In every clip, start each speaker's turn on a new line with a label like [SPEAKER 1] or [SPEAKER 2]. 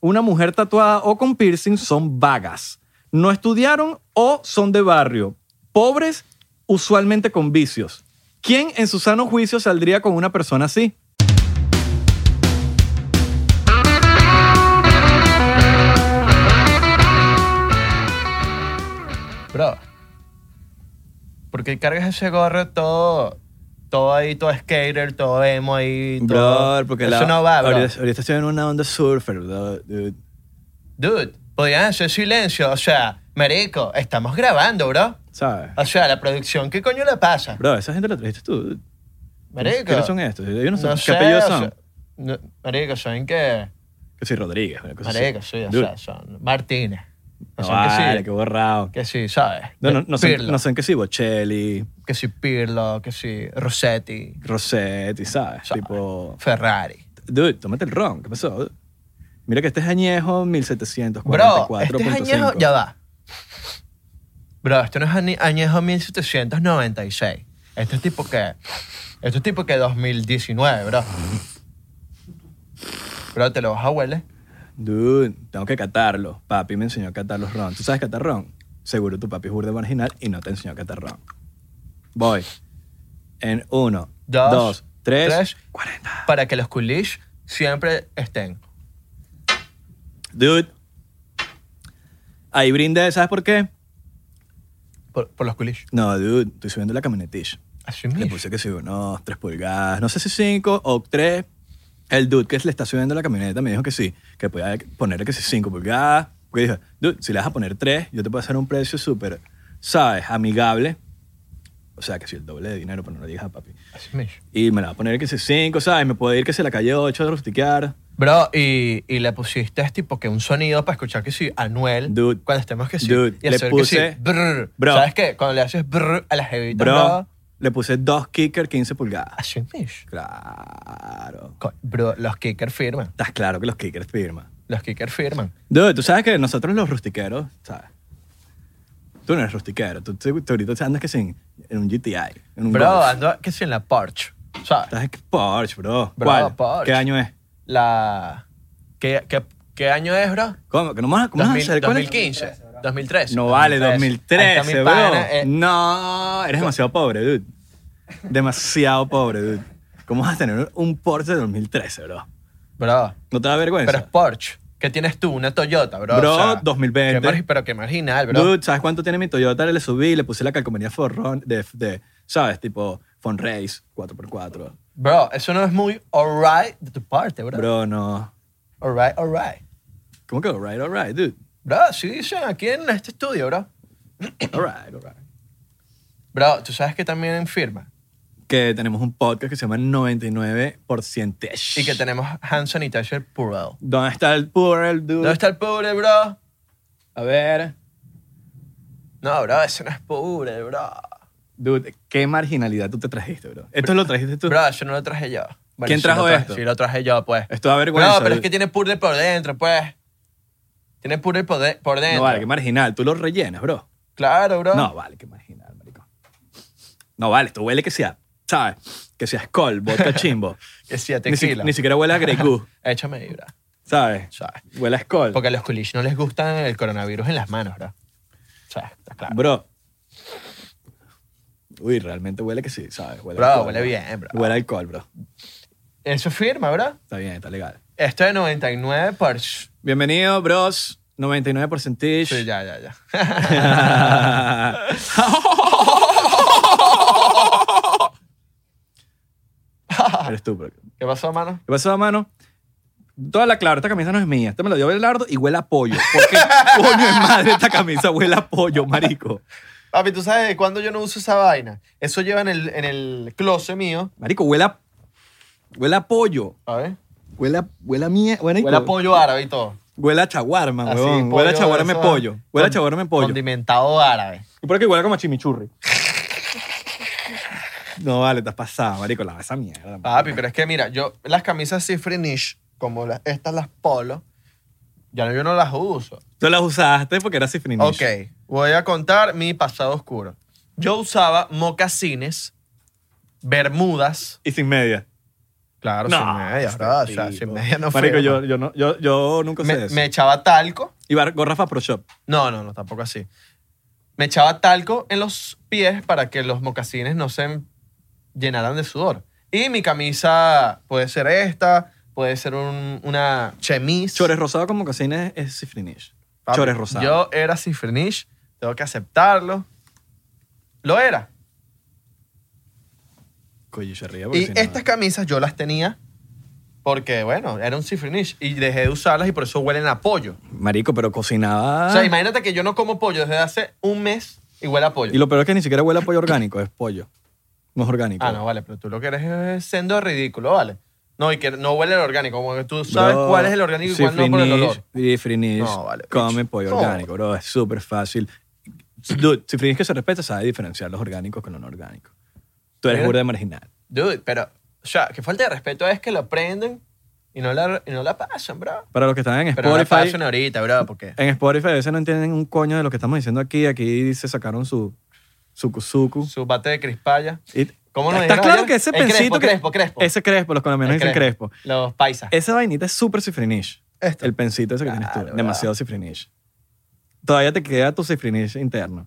[SPEAKER 1] una mujer tatuada o con piercing son vagas. No estudiaron o son de barrio. Pobres, usualmente con vicios. ¿Quién en su sano juicio saldría con una persona así?
[SPEAKER 2] Bro, ¿por qué cargas ese gorro todo, todo ahí, todo skater, todo emo ahí? Todo...
[SPEAKER 3] Brother, porque
[SPEAKER 2] Eso
[SPEAKER 3] la-
[SPEAKER 2] no va, bro.
[SPEAKER 3] Ahorita, ahorita estoy en una onda surfer, bro, dude.
[SPEAKER 2] Dude, podían hacer silencio. O sea, marico, estamos grabando, bro.
[SPEAKER 3] ¿Sabes?
[SPEAKER 2] O sea, la producción, ¿qué coño la pasa?
[SPEAKER 3] Bro, esa gente la trajiste tú. dude.
[SPEAKER 2] Marico.
[SPEAKER 3] ¿Quiénes son estos? Ellos no son.
[SPEAKER 2] No
[SPEAKER 3] ¿Qué
[SPEAKER 2] sé,
[SPEAKER 3] apellidos
[SPEAKER 2] o
[SPEAKER 3] son?
[SPEAKER 2] sea, no- marico, ¿saben qué?
[SPEAKER 3] Que soy Rodríguez. Una cosa así.
[SPEAKER 2] Marico, sí, o
[SPEAKER 3] Dude,
[SPEAKER 2] sea, son Martínez. O
[SPEAKER 3] no
[SPEAKER 2] sea, que sí,
[SPEAKER 3] vale, qué borrado.
[SPEAKER 2] Que sí, ¿sabes?
[SPEAKER 3] No, no, no, sé,
[SPEAKER 2] Pirlo.
[SPEAKER 3] no sé en qué sí, Bocelli,
[SPEAKER 2] Que sí, Pirlo, que sí, Rossetti,
[SPEAKER 3] Rossetti, ¿sabes?
[SPEAKER 2] ¿sabes?
[SPEAKER 3] Tipo,
[SPEAKER 2] Ferrari.
[SPEAKER 3] dude, tómate el ron, ¿qué pasó? dude? Mira que este es añejo 1744.
[SPEAKER 2] Bro, este es añejo. Ya va. Bro, esto no es ani- añejo 1796. Esto es tipo que. Esto es tipo que 2019, bro. Bro, te lo vas a huele.
[SPEAKER 3] Dude, tengo que catarlo. Papi me enseñó a catar los ron. ¿Tú sabes catar ron? Seguro tu papi es burda marginal y no te enseñó a catar ron. Voy. En uno, dos,
[SPEAKER 2] Dos,
[SPEAKER 3] tres,
[SPEAKER 2] tres.
[SPEAKER 3] cuarenta.
[SPEAKER 2] Para que los coolish siempre estén.
[SPEAKER 3] Dude. Ahí brindé, ¿sabes por qué?
[SPEAKER 2] Por, por los coolish.
[SPEAKER 3] No, dude, estoy subiendo la camionetilla.
[SPEAKER 2] Así
[SPEAKER 3] Le
[SPEAKER 2] mismo.
[SPEAKER 3] puse que sí, unos tres pulgadas, no sé si cinco o tres. El dude que le está subiendo la camioneta me dijo que sí, que podía ponerle que sí cinco pulgadas. Porque dije, dude, si le vas a poner tres, yo te puedo hacer un precio súper, ¿sabes? Amigable. O sea, que sí, el doble de dinero, pero no le digas a papi.
[SPEAKER 2] Así mismo.
[SPEAKER 3] Y me la va a poner que sí cinco, ¿sabes? Me puede ir que se la calle ocho de rustiquear.
[SPEAKER 2] Bro, y, y le pusiste es tipo que un sonido para escuchar que sí, Anuel,
[SPEAKER 3] Dude.
[SPEAKER 2] cuando estemos que sí,
[SPEAKER 3] Dude,
[SPEAKER 2] y
[SPEAKER 3] le
[SPEAKER 2] hacer que
[SPEAKER 3] puse-
[SPEAKER 2] sí, brr.
[SPEAKER 3] Bro.
[SPEAKER 2] ¿Sabes qué? Cuando le haces brr a las jevitas,
[SPEAKER 3] Bro,
[SPEAKER 2] bro,
[SPEAKER 3] le puse dos kicker 15 pulgadas.
[SPEAKER 2] así mismo.
[SPEAKER 3] Claro.
[SPEAKER 2] Co- Bro, los kickers firman.
[SPEAKER 3] Estás claro que los kickers firman.
[SPEAKER 2] Los kickers firman.
[SPEAKER 3] Dude, tú sabes que nosotros los rustiqueros, ¿sabes? Tú no eres rustiquero, tú, tú- tú ahorita andas que sin, en un GTI, en un
[SPEAKER 2] Bro,
[SPEAKER 3] Golf.
[SPEAKER 2] ando que si en la Porsche, ¿sabes?
[SPEAKER 3] Estás en Porsche, bro.
[SPEAKER 2] Bro,
[SPEAKER 3] ¿Cuál?
[SPEAKER 2] Porsche.
[SPEAKER 3] ¿Qué año es?
[SPEAKER 2] La... ¿Qué, qué, qué año es, bro?
[SPEAKER 3] ¿Cómo? ¿Cómo vas a- cómo vas a
[SPEAKER 2] 2000,
[SPEAKER 3] saber cuál es?
[SPEAKER 2] 2015, 2013.
[SPEAKER 3] No vale,
[SPEAKER 2] 2013. Ahí está
[SPEAKER 3] 2013,
[SPEAKER 2] mi
[SPEAKER 3] bro.
[SPEAKER 2] pana, eh,
[SPEAKER 3] No, eres demasiado pobre, dude. Demasiado pobre, dude. ¿Cómo vas a tener un Porsche de 2013, bro?
[SPEAKER 2] Bro,
[SPEAKER 3] ¿No te da vergüenza?
[SPEAKER 2] pero es Porsche. ¿Qué tienes tú? Una Toyota, bro.
[SPEAKER 3] Bro,
[SPEAKER 2] O sea,
[SPEAKER 3] 2020.
[SPEAKER 2] qué margi- pero qué marginal, bro.
[SPEAKER 3] Dude, ¿sabes cuánto tiene mi Toyota? Le subí, le puse la calcomanía Forrón de, de, ¿sabes? Tipo, Fon Race 4x4.
[SPEAKER 2] Bro, eso no es muy alright de tu parte, bro.
[SPEAKER 3] Bro, no.
[SPEAKER 2] Alright, alright.
[SPEAKER 3] ¿Cómo que alright, alright, dude?
[SPEAKER 2] Bro, sí dicen aquí en este estudio, bro.
[SPEAKER 3] Alright, alright.
[SPEAKER 2] Bro, tú sabes que también firma
[SPEAKER 3] Que tenemos un podcast que se llama 99%.
[SPEAKER 2] y que tenemos hand sanitizer Purell.
[SPEAKER 3] ¿Dónde está el Purell, dude?
[SPEAKER 2] ¿Dónde está el pobre, bro?
[SPEAKER 3] A ver.
[SPEAKER 2] No, bro, eso no es pobre, bro.
[SPEAKER 3] Dude, qué marginalidad tú te trajiste, bro. Esto lo trajiste tú.
[SPEAKER 2] Bro, eso no lo traje yo. Bueno,
[SPEAKER 3] ¿Quién
[SPEAKER 2] sí lo
[SPEAKER 3] trajo
[SPEAKER 2] traje,
[SPEAKER 3] esto?
[SPEAKER 2] Sí, lo traje yo, pues.
[SPEAKER 3] Esto da vergüenza.
[SPEAKER 2] Bro, pero es
[SPEAKER 3] dude.
[SPEAKER 2] que tiene Purell por dentro, pues. Tiene Purell por, de- por dentro.
[SPEAKER 3] No vale, qué marginal. Tú lo rellenas, bro.
[SPEAKER 2] Claro, bro.
[SPEAKER 3] No vale, qué marginal, marico. No vale, esto huele que sea, ¿sabes? Que sea Skoll, vodka chimbo.
[SPEAKER 2] Que sí, a
[SPEAKER 3] ni, si-
[SPEAKER 2] tequila.
[SPEAKER 3] ni siquiera huele a Grey Goose,
[SPEAKER 2] Échame ahí, bro.
[SPEAKER 3] ¿sabes?
[SPEAKER 2] ¿Sabes?
[SPEAKER 3] Huele a Skoll.
[SPEAKER 2] Porque a los culiches no les gustan el coronavirus en las manos, bro. O sea, está claro.
[SPEAKER 3] Bro. Uy, realmente huele que sí, ¿sabes? Huele
[SPEAKER 2] Bro,
[SPEAKER 3] a alcohol,
[SPEAKER 2] huele bien, bro.
[SPEAKER 3] Huele a alcohol, bro.
[SPEAKER 2] Eso firma, bro.
[SPEAKER 3] Está bien, está legal.
[SPEAKER 2] Esto de 99 por... Sí,
[SPEAKER 3] Bienvenido, bros. 99%.
[SPEAKER 2] ya, ya, ya.
[SPEAKER 3] Eres tú, bro. ¿Qué
[SPEAKER 2] ¿Qué pasó, mano?
[SPEAKER 3] pasó, mano? Toda la clara, esta camisa no es mía. Esta me la dio Belardo y huele a pollo. ¿Por qué coño es madre esta camisa huele a pollo, marico?
[SPEAKER 2] Papi, ¿tú sabes de cuándo yo no uso esa vaina? Eso lleva en el, en el closet mío.
[SPEAKER 3] Marico, huele a, huele a pollo.
[SPEAKER 2] A ver.
[SPEAKER 3] Huele a, huele a mía. Huele a,
[SPEAKER 2] Huele a pollo árabe y todo.
[SPEAKER 3] Huele a chaguarma,
[SPEAKER 2] Así,
[SPEAKER 3] Ah, huevón. Huele a
[SPEAKER 2] pollo,
[SPEAKER 3] chaguarma
[SPEAKER 2] eso,
[SPEAKER 3] pollo. Huele a
[SPEAKER 2] con-
[SPEAKER 3] chaguarma pollo.
[SPEAKER 2] Condimentado árabe.
[SPEAKER 3] Y por que huele como a chimichurri. No, vale, estás pasado, marico. Lava esa mierda.
[SPEAKER 2] Papi, pero es que mira, yo las camisas cifre niche, como las- estas las polo, ya no, yo no las uso.
[SPEAKER 3] Tú las usaste porque era cifrinish.
[SPEAKER 2] Ok, voy a contar mi pasado oscuro. Yo usaba mocasines, bermudas,
[SPEAKER 3] Y sin media.
[SPEAKER 2] Claro,
[SPEAKER 3] No,
[SPEAKER 2] sin media, bro. Ah, O sea, sin media no fue.
[SPEAKER 3] este Marico, yo, yo, no, yo, yo nunca sé
[SPEAKER 2] me,
[SPEAKER 3] eso.
[SPEAKER 2] me echaba talco.
[SPEAKER 3] Y bar- Gorrafa Pro Shop.
[SPEAKER 2] No, no, no, tampoco así. Me echaba talco en los pies para que los mocasines no se llenaran de sudor. Y mi camisa puede ser esta, puede ser un- una chemise.
[SPEAKER 3] Chores rosado con mocasines es Sifrinish.
[SPEAKER 2] Papi,
[SPEAKER 3] Chores rosado.
[SPEAKER 2] Yo era Cifrinish, tengo que aceptarlo. Lo era.
[SPEAKER 4] Coño, se ríe porque
[SPEAKER 2] Y
[SPEAKER 4] si no-
[SPEAKER 2] estas camisas yo las tenía porque, bueno, era un Cifrinish y dejé de usarlas y por eso huelen a pollo.
[SPEAKER 3] Marico, pero cocinaba.
[SPEAKER 2] O
[SPEAKER 4] Ah.
[SPEAKER 2] sea, imagínate que yo no como pollo desde hace un mes y huele a pollo.
[SPEAKER 3] y lo peor es que ni siquiera huele a pollo orgánico, es pollo. No es orgánico.
[SPEAKER 2] Ah, no, vale, pero tú lo que eres es sendo ridículo, vale. No, y que no huele el orgánico, como que tú sabes
[SPEAKER 3] Bro,
[SPEAKER 2] cuál es el orgánico y
[SPEAKER 3] sí,
[SPEAKER 2] cuál no por el olor.
[SPEAKER 3] Frinish, sí, Frinish
[SPEAKER 2] No, vale, bitch.
[SPEAKER 3] come pollo
[SPEAKER 2] No.
[SPEAKER 3] orgánico, bro. Es súper fácil. Dude, si Frinish que se respeta sabe diferenciar los orgánicos con los no orgánicos. Tú eres
[SPEAKER 2] Mira.
[SPEAKER 3] burda de marginal.
[SPEAKER 2] Dude, pero, o sea, que falta de respeto es que lo prenden y no la, y no la pasan, bro.
[SPEAKER 3] Para los que están en
[SPEAKER 2] Pero no la
[SPEAKER 3] Spotify,
[SPEAKER 2] pasan ahorita, bro, porque...
[SPEAKER 3] en Spotify a veces no entienden un coño de lo que estamos diciendo aquí. Aquí se sacaron su su suku.
[SPEAKER 2] Su bate de crispalla.
[SPEAKER 3] Y-
[SPEAKER 2] ¿Cómo nos
[SPEAKER 3] Está
[SPEAKER 2] dijeron
[SPEAKER 3] claro
[SPEAKER 2] allá?
[SPEAKER 3] que ese
[SPEAKER 2] El crespo,
[SPEAKER 3] pensito que-
[SPEAKER 2] crespo, crespo.
[SPEAKER 3] Ese Eh. crespo, los colombianos
[SPEAKER 2] El
[SPEAKER 3] dicen
[SPEAKER 2] crespo.
[SPEAKER 3] crespo.
[SPEAKER 2] Los paisas.
[SPEAKER 3] Esa vainita es súper cifrinish.
[SPEAKER 2] Esto.
[SPEAKER 3] El pensito ese que
[SPEAKER 2] Claro,
[SPEAKER 3] tienes tú.
[SPEAKER 2] bro.
[SPEAKER 3] Demasiado cifrinish. Todavía te queda tu cifrinish interno.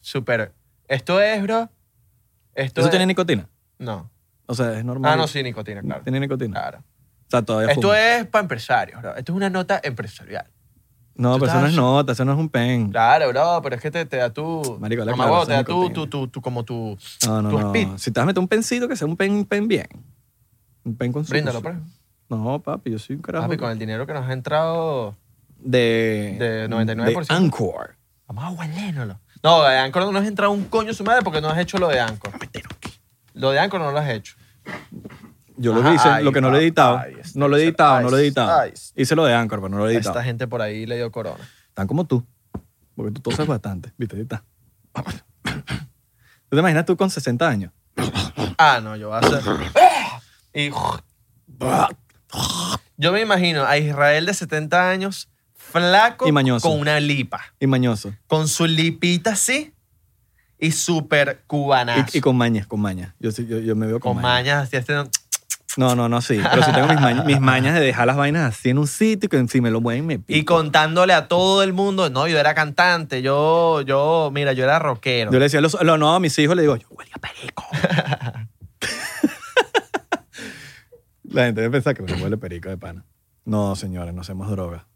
[SPEAKER 2] Súper. Esto es, bro. Esto
[SPEAKER 3] ¿Eso
[SPEAKER 2] es...
[SPEAKER 3] tiene nicotina?
[SPEAKER 2] No.
[SPEAKER 3] O sea, es normal.
[SPEAKER 2] Ah, no, sí, nicotina, claro.
[SPEAKER 3] Tiene nicotina.
[SPEAKER 2] Claro.
[SPEAKER 3] O sea, todavía
[SPEAKER 2] Esto
[SPEAKER 3] fuma.
[SPEAKER 2] es para empresarios, bro. Esto es una nota empresarial.
[SPEAKER 3] No,
[SPEAKER 2] tú
[SPEAKER 3] pero eso no es
[SPEAKER 2] estás-
[SPEAKER 3] nota, eso no es un pen.
[SPEAKER 2] Claro, bro, pero es que te, te da tu.
[SPEAKER 3] Marico, la Ah,
[SPEAKER 2] mamá,
[SPEAKER 3] clavaza
[SPEAKER 2] huevo, te da tu,
[SPEAKER 3] nicotina.
[SPEAKER 2] tu, tu, tu- como tu.
[SPEAKER 3] No, no,
[SPEAKER 2] tu
[SPEAKER 3] no.
[SPEAKER 2] speed.
[SPEAKER 3] Si te vas a meter un pencito, que sea un pen, un pen bien. Un pen con su.
[SPEAKER 2] Bríndalo,
[SPEAKER 3] su-
[SPEAKER 2] pues.
[SPEAKER 3] No, papi, yo soy un carajo.
[SPEAKER 2] Papi, con el dinero que nos ha entrado.
[SPEAKER 3] De.
[SPEAKER 2] De 99%.
[SPEAKER 3] De Anchor.
[SPEAKER 2] Vamos a huelénolo. No, de Anchor no nos ha entrado un coño su madre porque no has hecho lo de Anchor.
[SPEAKER 3] Ah,
[SPEAKER 2] Lo de Anchor no lo has hecho.
[SPEAKER 3] Yo lo
[SPEAKER 2] Ajá,
[SPEAKER 3] hice,
[SPEAKER 2] ay,
[SPEAKER 3] lo que no lo he editado.
[SPEAKER 2] papá, ay, este
[SPEAKER 3] no lo he
[SPEAKER 2] bicho,
[SPEAKER 3] editado,
[SPEAKER 2] ay,
[SPEAKER 3] no lo he editado.
[SPEAKER 2] ay.
[SPEAKER 3] Hice lo de Anchor, pero no lo he editado.
[SPEAKER 2] Esta gente por ahí le dio corona.
[SPEAKER 3] Están como tú. Porque tú toses bastante. Viste, ahí está. ¿Tú te imaginas tú con 60 años?
[SPEAKER 2] Ah, no, yo voy a hacer. ¡Ah! Y. Yo me imagino a Israel de 70 años, flaco,
[SPEAKER 3] Y mañoso.
[SPEAKER 2] con una lipa.
[SPEAKER 3] Y mañoso.
[SPEAKER 2] Con su lipita así y súper cubanazo.
[SPEAKER 3] Y, y con mañas, con mañas. Yo, sí- yo, yo me veo Ah, con,
[SPEAKER 2] con
[SPEAKER 3] mañas.
[SPEAKER 2] mañas este así, haciendo-
[SPEAKER 3] No, no, no, sí. Pero sí tengo mis, mañas- mis mañas de dejar las vainas así en un sitio y que si me lo mueven me
[SPEAKER 2] y
[SPEAKER 3] pico.
[SPEAKER 2] contándole a todo el mundo, no, yo era cantante, yo, yo, mira, yo era rockero.
[SPEAKER 3] Yo le decía los, lo, no, a mis hijos le digo, yo huele a perico. La gente debe pensar que uno huele a perico de pana. No, señores, no hacemos droga.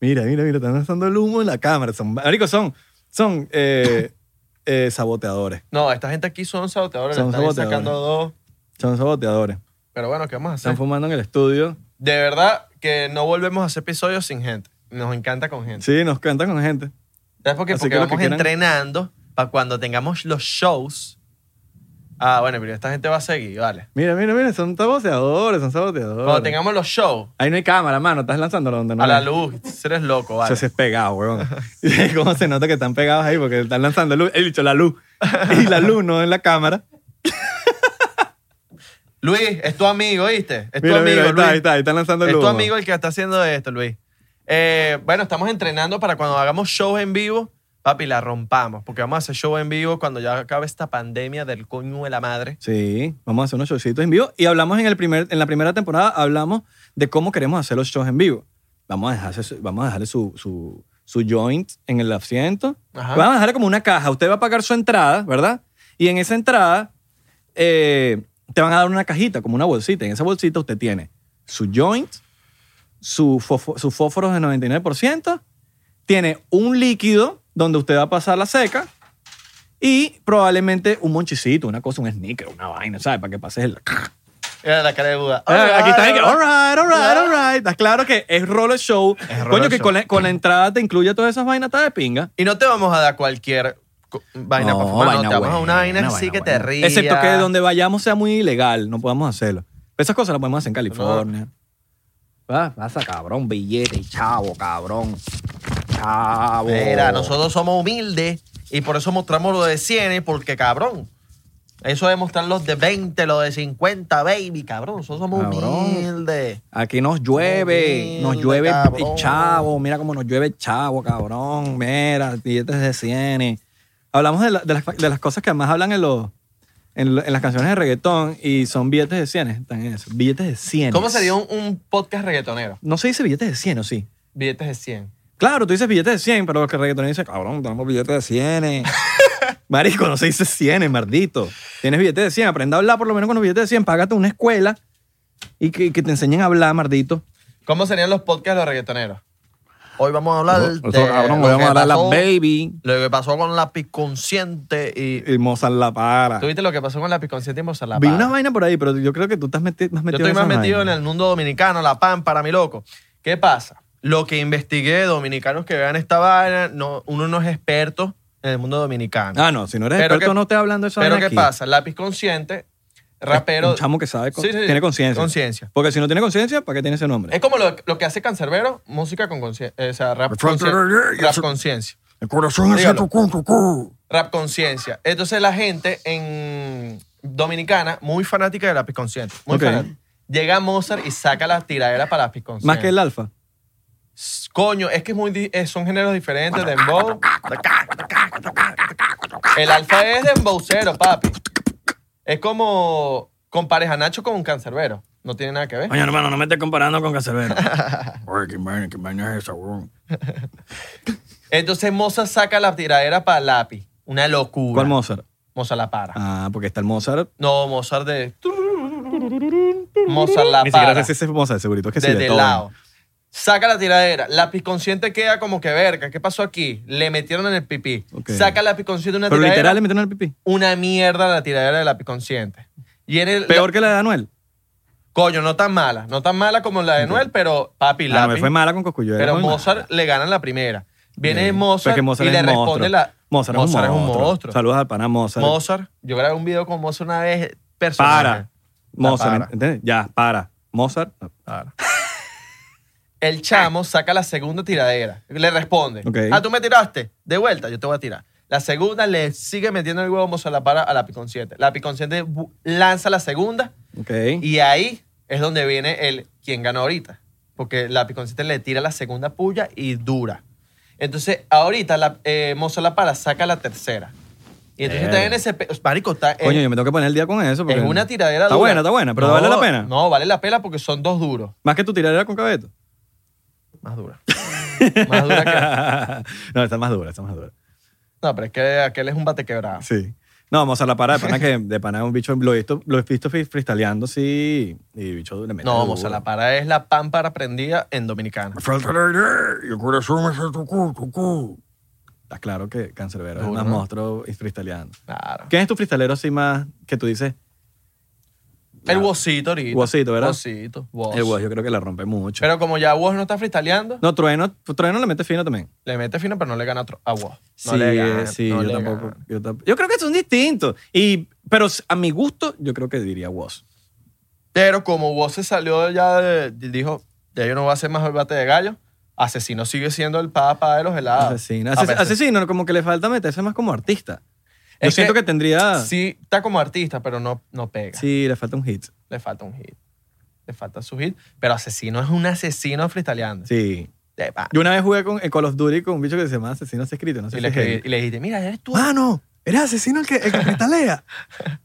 [SPEAKER 3] Mira, mira, mira, están lanzando el humo en la cámara. Son, marico, son, son eh, eh, saboteadores.
[SPEAKER 2] No, esta gente aquí son saboteadores,
[SPEAKER 3] Son
[SPEAKER 2] le están ahí
[SPEAKER 3] saboteadores.
[SPEAKER 2] sacando dos.
[SPEAKER 3] Son saboteadores.
[SPEAKER 2] Pero bueno, ¿qué vamos a
[SPEAKER 3] Están
[SPEAKER 2] hacer?
[SPEAKER 3] fumando en el estudio.
[SPEAKER 2] De verdad que no volvemos a hacer episodios sin gente. Nos encanta con gente.
[SPEAKER 3] Sí, nos cantan con gente.
[SPEAKER 2] ¿Sabes por qué?
[SPEAKER 3] Así
[SPEAKER 2] Porque
[SPEAKER 3] que lo que
[SPEAKER 2] vamos
[SPEAKER 3] quieran-
[SPEAKER 2] entrenando para cuando tengamos los shows. Ah, bueno, pero esta gente va a seguir, vale.
[SPEAKER 3] Mira, mira, mira, son saboteadores, son saboteadores.
[SPEAKER 2] Cuando tengamos los shows,
[SPEAKER 3] Ahí no hay cámara, mano, estás lanzándolo donde no
[SPEAKER 2] a la
[SPEAKER 3] hay.
[SPEAKER 2] luz, eres loco,
[SPEAKER 3] Eso
[SPEAKER 2] vale.
[SPEAKER 3] sí es pegado, weón. ¿Cómo se nota que están pegados ahí? Porque están lanzando luz. He dicho la luz. Y la luz no en la cámara.
[SPEAKER 2] Luis, es tu amigo, ¿viste? Es tu
[SPEAKER 3] Mira,
[SPEAKER 2] amigo,
[SPEAKER 3] mira, ahí
[SPEAKER 2] Luis.
[SPEAKER 3] está, ahí está, ahí están lanzando
[SPEAKER 2] Es
[SPEAKER 3] luz.
[SPEAKER 2] tu amigo el que está haciendo esto, Luis. Eh, bueno, estamos entrenando para cuando hagamos shows en vivo, papi, la rompamos. Porque vamos a hacer show en vivo cuando ya acabe esta pandemia del coño de la madre.
[SPEAKER 3] Sí, vamos a hacer unos showcitos en vivo. Y hablamos en, el primer, en la primera temporada, hablamos de cómo queremos hacer los shows en vivo. Vamos a dejarse, su- vamos a dejarle su, su, su joint en el asiento.
[SPEAKER 2] Ajá.
[SPEAKER 3] Vamos a dejarle como una caja. Usted va a pagar su entrada, ¿verdad? Y en esa entrada eh, te van a dar una cajita, como una bolsita. En esa bolsita usted tiene su joint, su fósfo- sus fósforos de 99%, tiene un líquido donde usted va a pasar la seca y probablemente un monchicito, una cosa, un sneaker, una vaina, ¿sabes? Para que pases el...
[SPEAKER 2] Era la cara de Buda.
[SPEAKER 3] Ah, aquí está el que,
[SPEAKER 2] Alright, alright.
[SPEAKER 3] alright, alright, alright. Está claro que es roller show.
[SPEAKER 2] Es roller
[SPEAKER 3] Coño, que
[SPEAKER 2] show.
[SPEAKER 3] con la, con la entrada te incluye todas esas vainas, está de pinga.
[SPEAKER 2] Y no te vamos a dar cualquier co- vaina
[SPEAKER 3] No,
[SPEAKER 2] para fumar. no,
[SPEAKER 3] vaina
[SPEAKER 2] te vamos a una vaina
[SPEAKER 3] buena,
[SPEAKER 2] así
[SPEAKER 3] vaina
[SPEAKER 2] que te
[SPEAKER 3] buena.
[SPEAKER 2] rías.
[SPEAKER 3] Excepto que donde vayamos sea muy ilegal, no podamos hacerlo. Esas cosas las podemos hacer en California. Ah, pasa, cabrón, billete, chavo, cabrón. Chavo.
[SPEAKER 2] Mira, nosotros somos humildes y por eso mostramos lo de 100, porque cabrón. Eso de mostrar los de 20, los de 50, baby, cabrón. Nosotros somos
[SPEAKER 3] Cabrón.
[SPEAKER 2] humildes.
[SPEAKER 3] Aquí nos llueve,
[SPEAKER 2] Humilde,
[SPEAKER 3] nos llueve
[SPEAKER 2] cabrón.
[SPEAKER 3] chavo, mira cómo nos llueve chavo, cabrón, mira, billetes de 100. Hablamos de, la- de las, de las cosas que más hablan en los, en, lo- en las canciones de reggaetón y son billetes de 100, están en eso. Billetes de 100.
[SPEAKER 2] ¿Cómo sería un, un podcast reggaetonero?
[SPEAKER 3] No se dice billetes de 100, ¿o sí?
[SPEAKER 2] Billetes de 100.
[SPEAKER 3] Claro, tú dices billetes de 100, pero los que reggaetoneros dicen, cabrón, tenemos billetes de 100. Marico, no se dice 100, maldito. Tienes billetes de 100, aprenda a hablar por lo menos con los billetes de 100, págate una escuela y que, que te enseñen a hablar, maldito.
[SPEAKER 2] ¿Cómo serían los podcasts de los reggaetoneros? Hoy vamos a hablar
[SPEAKER 3] Nosotros, cabrón, vamos a hablar la baby,
[SPEAKER 2] lo que pasó con la Consciente y...
[SPEAKER 3] y Mozart la para.
[SPEAKER 2] ¿Tuviste lo que pasó con la Consciente y Mozalapa?
[SPEAKER 3] Vi una vaina por ahí, pero yo creo que tú estás meti- más
[SPEAKER 2] Yo
[SPEAKER 3] metido
[SPEAKER 2] estoy más
[SPEAKER 3] esa
[SPEAKER 2] metido en
[SPEAKER 3] vaina.
[SPEAKER 2] el mundo dominicano, la pan para mi loco. ¿Qué pasa? Lo que investigué, dominicanos que vean esta vaina, no, uno no es experto en el mundo dominicano.
[SPEAKER 3] Ah, no, si no eres
[SPEAKER 2] Pero
[SPEAKER 3] experto
[SPEAKER 2] que-
[SPEAKER 3] no te hablando de esa
[SPEAKER 2] Pero
[SPEAKER 3] vaina
[SPEAKER 2] ¿qué
[SPEAKER 3] aquí.
[SPEAKER 2] pasa? Lápiz consciente, rapero...
[SPEAKER 3] Un chamo que sabe, con-
[SPEAKER 2] Sí, sí, sí.
[SPEAKER 3] tiene conciencia.
[SPEAKER 2] Conciencia.
[SPEAKER 3] Porque si no tiene conciencia, ¿para qué tiene ese nombre?
[SPEAKER 2] Es como lo, lo que hace Cancerbero, música con conciencia, o sea, rap, conscien- rap conciencia.
[SPEAKER 4] El corazón
[SPEAKER 2] Dígalo.
[SPEAKER 4] tu cu.
[SPEAKER 2] Rap conciencia. Entonces la gente en dominicana, muy fanática de lápiz consciente, muy
[SPEAKER 3] Ok.
[SPEAKER 2] fanática. Llega Mozart y saca la tiradera para lápiz consciente.
[SPEAKER 3] Más que el alfa.
[SPEAKER 2] Coño, es que es muy di- eh, son géneros diferentes. Dembow. El alfa es dembowcero, papi. Es como compares a Nacho con un cancerbero. No tiene nada que ver.
[SPEAKER 4] Oye, hermano, no me estés comparando con Cacerbero. Oye, qué vaina, qué vaina es esa, weón.
[SPEAKER 2] Entonces Mozart saca la tiradera para lápiz. Una locura.
[SPEAKER 3] ¿Cuál Mozart?
[SPEAKER 2] Mozart la para.
[SPEAKER 3] Ah, porque está el Mozart.
[SPEAKER 2] No, Mozart de. Mozart la
[SPEAKER 3] Ni siquiera
[SPEAKER 2] para.
[SPEAKER 3] sé si ese es Mozart, segurito es que sí.
[SPEAKER 2] Desde el
[SPEAKER 3] Beethoven.
[SPEAKER 2] lado. Saca la tiradera. Lápiz consciente queda como que verga. ¿Qué pasó aquí? Le metieron en el pipí.
[SPEAKER 3] Ok.
[SPEAKER 2] Saca lápiz consciente una
[SPEAKER 3] Pero
[SPEAKER 2] tiradera.
[SPEAKER 3] literal le metieron el pipí.
[SPEAKER 2] una mierda la tiradera de lápiz consciente. Y en el,
[SPEAKER 3] Peor que la de Anuel.
[SPEAKER 2] coño, no tan mala. No tan mala como la de Noel, pero papi,
[SPEAKER 3] La
[SPEAKER 2] lápiz.
[SPEAKER 3] Anuel Ah, fue mala con Cosculluela.
[SPEAKER 2] pero
[SPEAKER 3] fue mala.
[SPEAKER 2] Mozart le gana la primera. Viene
[SPEAKER 3] Bien. Pero es
[SPEAKER 2] Mozart,
[SPEAKER 3] que Mozart
[SPEAKER 2] y le
[SPEAKER 3] es monstruo.
[SPEAKER 2] responde la.
[SPEAKER 3] Mozart, es un monstruo.
[SPEAKER 2] monstruo.
[SPEAKER 3] Saludos al pana Mozart.
[SPEAKER 2] Mozart, yo grabé un video con Mozart una vez. Personaje.
[SPEAKER 3] para. Mozart,
[SPEAKER 2] para.
[SPEAKER 3] ¿entiendes? Ya, para. Mozart.
[SPEAKER 2] El chamo saca la segunda tiradera. Le responde.
[SPEAKER 3] Ok.
[SPEAKER 2] Ah, tú me tiraste. De vuelta, yo te voy a tirar. La segunda le sigue metiendo el huevo Mozart la para a la piconciente. La piconciente bu- lanza la segunda.
[SPEAKER 3] Ok.
[SPEAKER 2] Y ahí es donde viene el quién gana ahorita. Porque la piconcita le tira la segunda puya y dura. Entonces, ahorita la, eh, Mozo La Para saca la tercera. Y entonces
[SPEAKER 3] Verga.
[SPEAKER 2] está en ese. pe- Marico, está. en-
[SPEAKER 3] Eh. Coño, yo me tengo que poner el día con eso. porque-
[SPEAKER 2] eh, es una tiradera
[SPEAKER 3] Está
[SPEAKER 2] dura.
[SPEAKER 3] buena, está buena, pero
[SPEAKER 2] No,
[SPEAKER 3] vale la pena.
[SPEAKER 2] No, vale la pena porque son dos duros.
[SPEAKER 3] Más que tu tiradera con cabeto.
[SPEAKER 2] Más dura. Más dura que.
[SPEAKER 3] no, está más dura, está más dura.
[SPEAKER 2] No, pero es que aquel es un bate quebrado.
[SPEAKER 3] Sí. No, Mozart la para de pana que de pana es un bicho. Lo he visto, lo he visto fri- freestyleando, sí. Y bicho le mete.
[SPEAKER 2] No,
[SPEAKER 3] duro.
[SPEAKER 2] Mozo La Para es la pámpara prendida en Dominicana.
[SPEAKER 4] Y el corazón es tu cu, tu cu.
[SPEAKER 3] Está claro que Cancerbero es
[SPEAKER 2] Duro,
[SPEAKER 3] más
[SPEAKER 2] ¿no?
[SPEAKER 3] monstruo y freestyleando.
[SPEAKER 2] Claro.
[SPEAKER 3] ¿Quién es tu freestylero así más que tú dices?
[SPEAKER 2] El Wosito ahorita.
[SPEAKER 3] Wosito, ¿verdad?
[SPEAKER 2] Wosito. Wos.
[SPEAKER 3] El Wos, yo creo que la rompe mucho.
[SPEAKER 2] Pero como ya Wos no está freestyleando.
[SPEAKER 3] no, Trueno, Trueno le mete fino también.
[SPEAKER 2] Le mete fino, pero no le gana a Tro- a Woz. No
[SPEAKER 3] sí,
[SPEAKER 2] le gana,
[SPEAKER 3] eh, sí,
[SPEAKER 2] no
[SPEAKER 3] yo
[SPEAKER 2] le
[SPEAKER 3] tampoco.
[SPEAKER 2] gana.
[SPEAKER 3] Yo, tamp- yo creo que son distintos. Y, pero s- a mi gusto, yo creo que diría Woz.
[SPEAKER 2] Pero como Woz se salió ya, de- dijo, ya yo no voy a hacer más el bate de gallo, Asesino sigue siendo el papa de los helados.
[SPEAKER 3] asesino.
[SPEAKER 2] Ah, A
[SPEAKER 3] Ases-
[SPEAKER 2] pesar-
[SPEAKER 3] asesino, como que le falta meterse más como artista. Yo
[SPEAKER 2] Es
[SPEAKER 3] siento que, tendría. Sí.
[SPEAKER 2] Sí, está como artista, pero no, no pega.
[SPEAKER 3] le falta un hit.
[SPEAKER 2] Le falta un hit. Le falta su hit. Pero Asesino es un asesino freestyleando.
[SPEAKER 3] Sí.
[SPEAKER 2] De pana.
[SPEAKER 3] Yo una vez jugué con en Call of Duty con un bicho que se llama Asesino Escrito. No sé Ah,
[SPEAKER 2] y,
[SPEAKER 3] si
[SPEAKER 2] le
[SPEAKER 3] es
[SPEAKER 2] escribí-
[SPEAKER 3] él.
[SPEAKER 2] y le dijiste, mira, eres tú.
[SPEAKER 3] ¡Mano! ¿Eres asesino el que, el que freestylea?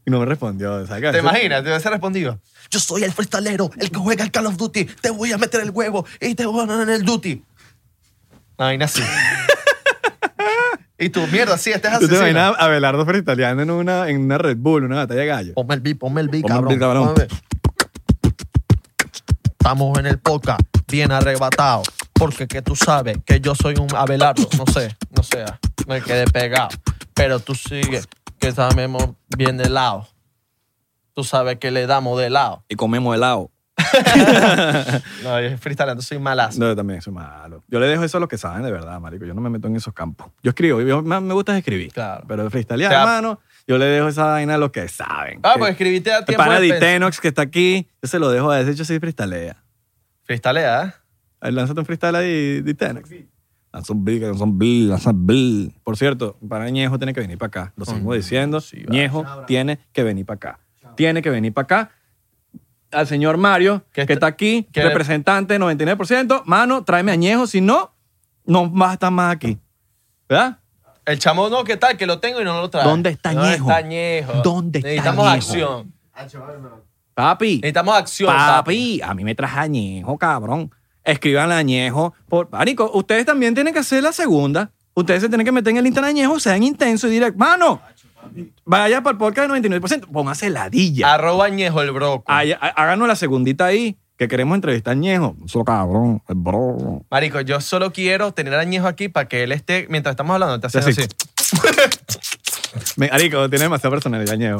[SPEAKER 3] y no me respondió. ¿sabes?
[SPEAKER 2] ¿Te imaginas? Te hubiese respondido.
[SPEAKER 5] Yo soy el freestalero, el que juega el Call of Duty. Te voy a meter el huevo y te voy a ganar en el Duty.
[SPEAKER 2] No, vaina así. y tú, mierda, sí, este es
[SPEAKER 3] ¿Tú te
[SPEAKER 2] asesino.
[SPEAKER 3] imaginas a Belardo freestyleando en una, en una Red Bull, una batalla de gallo?
[SPEAKER 5] Ponme el beat, ponme el beat,
[SPEAKER 3] Ponme el
[SPEAKER 5] cabrón.
[SPEAKER 3] beat, cabrón.
[SPEAKER 5] Ponme el beat. Estamos en el podcast, bien arrebatado. Porque que tú sabes que yo soy un Abelardo.
[SPEAKER 2] no sé, no sé, me quedé pegado. Pero tú sigues, que sabemos bien de lado. Tú sabes que le damos de lado.
[SPEAKER 3] Y comemos helado.
[SPEAKER 2] No, yo freestyle, soy malazo.
[SPEAKER 3] No, yo también soy malo. Yo le dejo eso a los que saben de verdad, marico. Yo no me meto en esos campos. Yo escribo, yo más me gusta es escribir.
[SPEAKER 2] Claro.
[SPEAKER 3] Pero freestylear,
[SPEAKER 2] O sea,
[SPEAKER 3] hermano, yo le dejo esa vaina a los que saben.
[SPEAKER 2] Ah,
[SPEAKER 3] Que-
[SPEAKER 2] pues escribiste a
[SPEAKER 3] El
[SPEAKER 2] tiempo
[SPEAKER 3] pana
[SPEAKER 2] de
[SPEAKER 3] de
[SPEAKER 2] pensar.
[SPEAKER 3] Tenox que está aquí, yo se lo dejo a ese hecho sí freestalea.
[SPEAKER 2] Freestalea, ¿eh?
[SPEAKER 3] A ver, Lánzate un freestyle ahí de Tenox. Lanza un bill, lanza un bill, lanza un bill. Por cierto, para Ñejo tiene que venir para acá. Lo seguimos diciendo.
[SPEAKER 2] sí, va.
[SPEAKER 3] Ñejo tiene que venir para acá. Tiene que venir para acá. Al señor Mario, que,
[SPEAKER 2] Que
[SPEAKER 3] está
[SPEAKER 2] está-
[SPEAKER 3] aquí,
[SPEAKER 2] que-
[SPEAKER 3] representante 99%. Mano, tráeme a Ñejo, si no, no va a estar más aquí. ¿Verdad?
[SPEAKER 2] El chamo, no, ¿qué tal? Que lo tengo y no lo traigo.
[SPEAKER 3] ¿Dónde está
[SPEAKER 2] ¿Dónde
[SPEAKER 3] Ñejo?
[SPEAKER 2] está Ñejo?
[SPEAKER 3] ¿Dónde está
[SPEAKER 2] Necesitamos
[SPEAKER 3] Ñejo?
[SPEAKER 2] acción.
[SPEAKER 3] Papi.
[SPEAKER 2] Necesitamos acción.
[SPEAKER 3] Papi, a mí me traje añejo, cabrón. Escriban añejo. Por... Marico, ustedes también tienen que hacer la segunda. Ustedes se tienen que meter en el Instagram añejo, sean intensos y direct. Mano, vaya para el podcast del 99%. Pónganse ladilla.
[SPEAKER 2] Arroba Ñejo el broco.
[SPEAKER 3] Ay, há- Háganos la segundita ahí, que queremos entrevistar a añejo. Eso, cabrón, el bro.
[SPEAKER 2] Marico, yo solo quiero tener a Ñejo aquí para que él esté, mientras estamos hablando, te hace
[SPEAKER 3] Así.
[SPEAKER 2] así.
[SPEAKER 3] Me- Marico, tiene demasiada personalidad añejo.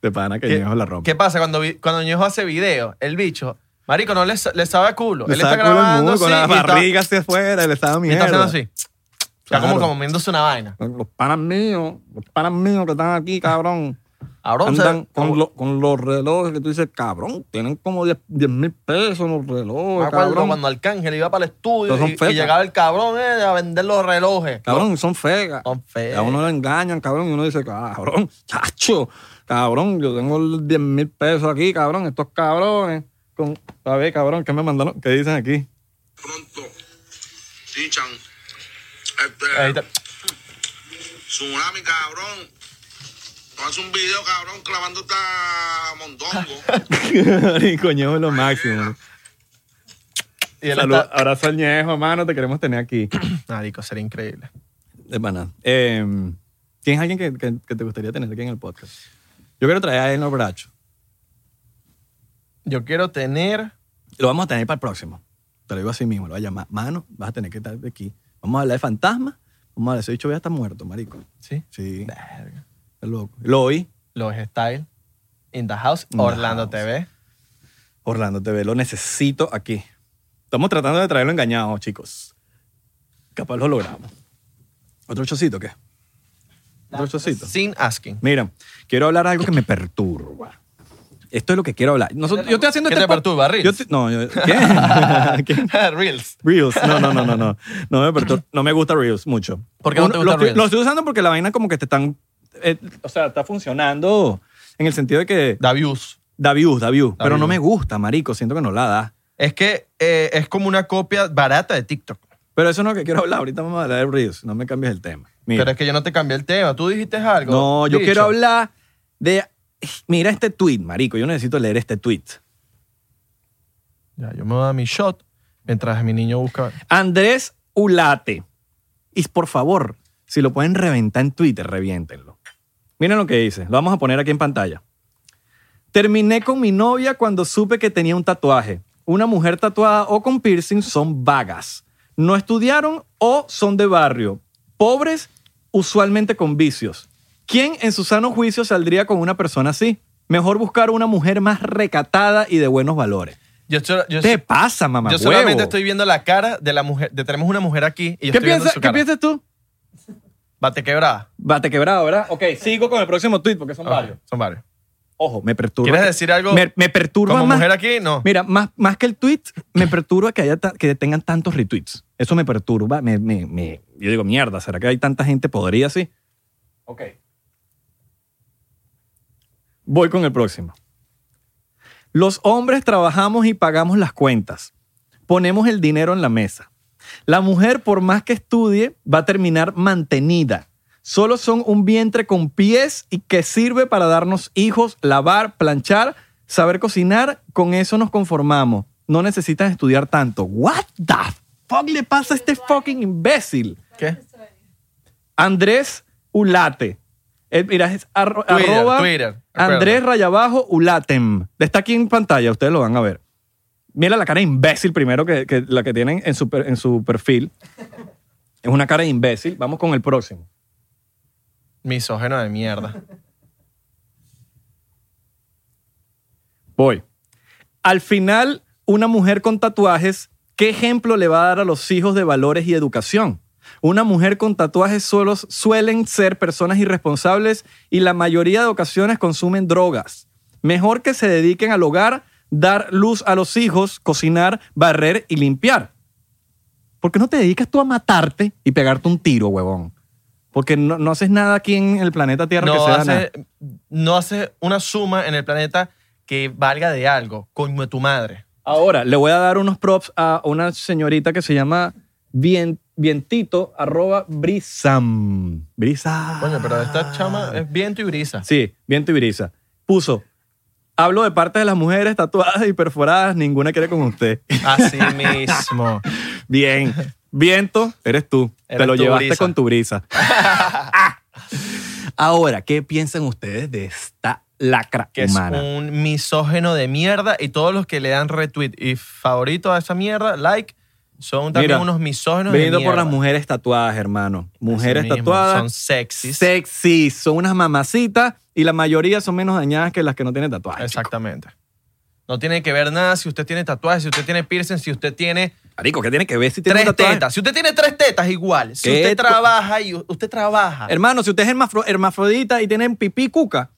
[SPEAKER 3] De pana que
[SPEAKER 2] ¿Qué-
[SPEAKER 3] añejo la rompe.
[SPEAKER 2] ¿Qué pasa cuando, vi- cuando Ñejo hace video? El bicho, Marico, no le, sa- le sabe a culo.
[SPEAKER 3] Le
[SPEAKER 2] él está
[SPEAKER 3] estaba culo el
[SPEAKER 2] grabando
[SPEAKER 3] mundo con la
[SPEAKER 2] así y está-
[SPEAKER 3] barriga hacia afuera, le estaba
[SPEAKER 2] y está,
[SPEAKER 3] mierda.
[SPEAKER 2] haciendo así. Está como
[SPEAKER 3] Claro.
[SPEAKER 2] comiéndose una vaina.
[SPEAKER 3] Los panas míos, los panas míos que están aquí, cabrón.
[SPEAKER 2] Cabrón,
[SPEAKER 3] Andan
[SPEAKER 2] se-
[SPEAKER 3] con, lo- con los relojes que tú dices, cabrón, tienen como 10 mil pesos los
[SPEAKER 2] Me
[SPEAKER 3] relojes,
[SPEAKER 2] acuerdo
[SPEAKER 3] cabrón.
[SPEAKER 2] Ah, cuando Arcángel iba para el estudio
[SPEAKER 3] Todos son
[SPEAKER 2] y, y
[SPEAKER 3] fetas.
[SPEAKER 2] llegaba el cabrón eh, a vender los relojes.
[SPEAKER 3] Cabrón, son fegas.
[SPEAKER 2] Son feas.
[SPEAKER 3] A uno le engañan, cabrón, y uno dice, cabrón, chacho, cabrón, yo tengo 10 mil pesos aquí, cabrón, estos cabrones. Con, a ver, cabrón, ¿qué me mandaron? ¿Qué dicen aquí?
[SPEAKER 6] pronto dichan este,
[SPEAKER 2] Ahí está.
[SPEAKER 6] tsunami cabrón haz un video cabrón clavando esta mondongo
[SPEAKER 3] y coño es lo máximo.
[SPEAKER 2] Y él
[SPEAKER 3] Salud,
[SPEAKER 2] está-
[SPEAKER 3] abrazo al ñejo, mano, te queremos tener aquí.
[SPEAKER 2] Marico, sería increíble.
[SPEAKER 3] De pana. Eh, ¿Tienes alguien que, que- que te gustaría tener aquí en el podcast? Yo quiero traer a Elnor Bracho.
[SPEAKER 2] Yo quiero tener.
[SPEAKER 3] Lo vamos a tener para el próximo. Te lo digo así mismo, lo voy a llamar. Mano, vas a tener que estar aquí. Vamos a hablar de fantasmas. Vamos a hablar de ese bicho, ya está muerto, marico.
[SPEAKER 2] Sí.
[SPEAKER 3] Sí,
[SPEAKER 2] Verga.
[SPEAKER 3] está loco. Lo oí.
[SPEAKER 2] Los Style. In the House.
[SPEAKER 3] In the
[SPEAKER 2] Orlando
[SPEAKER 3] house.
[SPEAKER 2] TV.
[SPEAKER 3] Orlando TV, lo necesito aquí. Estamos tratando de traerlo engañado, chicos. Capaz lo logramos. ¿Otro chocito qué? ¿Otro chocito?
[SPEAKER 2] Sin asking.
[SPEAKER 3] Mira, quiero hablar algo que me perturba. Esto es lo que quiero hablar. Nosotros- yo estoy haciendo
[SPEAKER 2] ¿Qué
[SPEAKER 3] este
[SPEAKER 2] te
[SPEAKER 3] po-
[SPEAKER 2] perturba, Reels?
[SPEAKER 3] Yo estoy- no, yo- ¿qué? ¿Qué?
[SPEAKER 2] Reels.
[SPEAKER 3] Reels. No, no, no, no, no. No me, pertur- no me gusta Reels mucho.
[SPEAKER 2] ¿Por qué no
[SPEAKER 3] Uno-
[SPEAKER 2] te
[SPEAKER 3] lo
[SPEAKER 2] gusta
[SPEAKER 3] estoy-
[SPEAKER 2] Reels?
[SPEAKER 3] Lo estoy usando porque la vaina como que te están... eh, o sea, está funcionando en el sentido de que
[SPEAKER 2] Da views.
[SPEAKER 3] da views, da views.
[SPEAKER 2] Da
[SPEAKER 3] pero no
[SPEAKER 2] views.
[SPEAKER 3] me gusta, marico. Siento que no la da.
[SPEAKER 2] Es que eh, es como una copia barata de TikTok.
[SPEAKER 3] Pero eso no es lo que quiero hablar. Ahorita vamos a hablar de Reels. No me cambies el tema. Mira.
[SPEAKER 2] Pero es que yo no te cambié el tema. Tú dijiste algo.
[SPEAKER 3] No, yo
[SPEAKER 2] bicho.
[SPEAKER 3] quiero hablar de... Mira este tweet, marico. Yo necesito leer este tweet.
[SPEAKER 2] Ya, yo me voy a dar mi shot mientras mi niño busca.
[SPEAKER 3] Andrés Ulate. Y por favor, si lo pueden reventar en Twitter, reviéntenlo. Miren lo que dice. Lo vamos a poner aquí en pantalla. Terminé con mi novia cuando supe que tenía un tatuaje. Una mujer tatuada o con piercing son vagas. No estudiaron o son de barrio. Pobres, usualmente con vicios. ¿Quién en su sano juicio saldría con una persona así? Mejor buscar una mujer más recatada y de buenos valores.
[SPEAKER 2] Yo, solo- yo,
[SPEAKER 3] ¿Qué te pasa, mamá?
[SPEAKER 2] yo solamente estoy viendo la cara de la mujer. De, tenemos una mujer aquí y yo
[SPEAKER 3] ¿Qué,
[SPEAKER 2] estoy viendo
[SPEAKER 3] piensa-
[SPEAKER 2] su
[SPEAKER 3] ¿Qué
[SPEAKER 2] cara.
[SPEAKER 3] piensas tú?
[SPEAKER 2] Bate quebrada.
[SPEAKER 3] Bate quebrado, ¿verdad? Ok, sigo con el próximo tweet porque son
[SPEAKER 2] Ok,
[SPEAKER 3] varios.
[SPEAKER 2] Son varios.
[SPEAKER 3] Ojo, me perturba.
[SPEAKER 2] ¿Quieres
[SPEAKER 3] que-
[SPEAKER 2] decir algo
[SPEAKER 3] Me, me perturba
[SPEAKER 2] como
[SPEAKER 3] más.
[SPEAKER 2] mujer aquí? No.
[SPEAKER 3] Mira, más, más que el tweet, me perturba que, haya ta- que tengan tantos retweets. Eso me perturba. Me, me- me- yo digo, mierda, ¿será que hay tanta gente podría así? Ok. Voy con el próximo. Los hombres trabajamos y pagamos las cuentas. Ponemos el dinero en la mesa. La mujer, por más que estudie, va a terminar mantenida. Solo son un vientre con pies y que sirve para darnos hijos, lavar, planchar, saber cocinar. Con eso nos conformamos. No necesitas estudiar tanto. What the fuck le pasa a este fucking imbécil?
[SPEAKER 2] ¿Qué?
[SPEAKER 3] Andrés Ulate. Eh, mira, es arro-
[SPEAKER 2] Twitter,
[SPEAKER 3] arroba
[SPEAKER 2] Twitter, acuérdate.
[SPEAKER 3] Andrés Rayabajo Ulatem. Está aquí en pantalla, ustedes lo van a ver. Mira la cara de imbécil primero que, que la que tienen en su, per- en su perfil. Es una cara de imbécil. Vamos con el próximo.
[SPEAKER 2] Misógeno de mierda.
[SPEAKER 3] Voy. Al final, una mujer con tatuajes, ¿qué ejemplo le va a dar a los hijos de valores y educación? Una mujer con tatuajes solos suelen ser personas irresponsables y la mayoría de ocasiones consumen drogas. Mejor que se dediquen al hogar, dar luz a los hijos, cocinar, barrer y limpiar. ¿Por qué no te dedicas tú a matarte y pegarte un tiro, huevón? Porque no, no haces nada aquí en el planeta Tierra que
[SPEAKER 2] No
[SPEAKER 3] sea nada.
[SPEAKER 2] hace, no hace una suma en el planeta que valga de algo. Coño de tu madre.
[SPEAKER 3] Ahora, le voy a dar unos props a una señorita que se llama Bien, vientito arroba brisam. Brisa.
[SPEAKER 2] Coño, pero esta chama es viento y brisa.
[SPEAKER 3] Sí, viento y brisa. Puso, hablo de parte de las mujeres tatuadas y perforadas, ninguna quiere con usted.
[SPEAKER 2] Así mismo.
[SPEAKER 3] Bien, viento, eres tú. Te
[SPEAKER 2] Eres
[SPEAKER 3] lo
[SPEAKER 2] tu
[SPEAKER 3] llevaste
[SPEAKER 2] brisa.
[SPEAKER 3] con tu brisa. Ahora, ¿qué piensan ustedes de esta lacra
[SPEAKER 2] Que es
[SPEAKER 3] humana?
[SPEAKER 2] un misógeno de mierda y todos los que le dan retweet y favorito a esa mierda, like, son también
[SPEAKER 3] Mira,
[SPEAKER 2] unos misógenos de
[SPEAKER 3] Venido por
[SPEAKER 2] mierda.
[SPEAKER 3] las mujeres tatuadas, hermano. Mujeres
[SPEAKER 2] Así mismo,
[SPEAKER 3] tatuadas.
[SPEAKER 2] Son sexys.
[SPEAKER 3] sexy, son unas mamacitas y la mayoría son menos dañadas que las que no tienen tatuajes.
[SPEAKER 2] Exactamente. No tiene que ver nada si usted tiene tatuajes, si usted tiene piercing, si usted tiene
[SPEAKER 3] Marico, ¿qué tiene que ver si tiene
[SPEAKER 2] tres
[SPEAKER 3] un tatuaje?
[SPEAKER 2] tetas. Si usted tiene tres tetas, igual. Si
[SPEAKER 3] ¿Qué
[SPEAKER 2] usted
[SPEAKER 3] co-
[SPEAKER 2] trabaja y u- usted trabaja.
[SPEAKER 3] Hermano, si usted es hermafro- hermafrodita y tiene pipí cuca,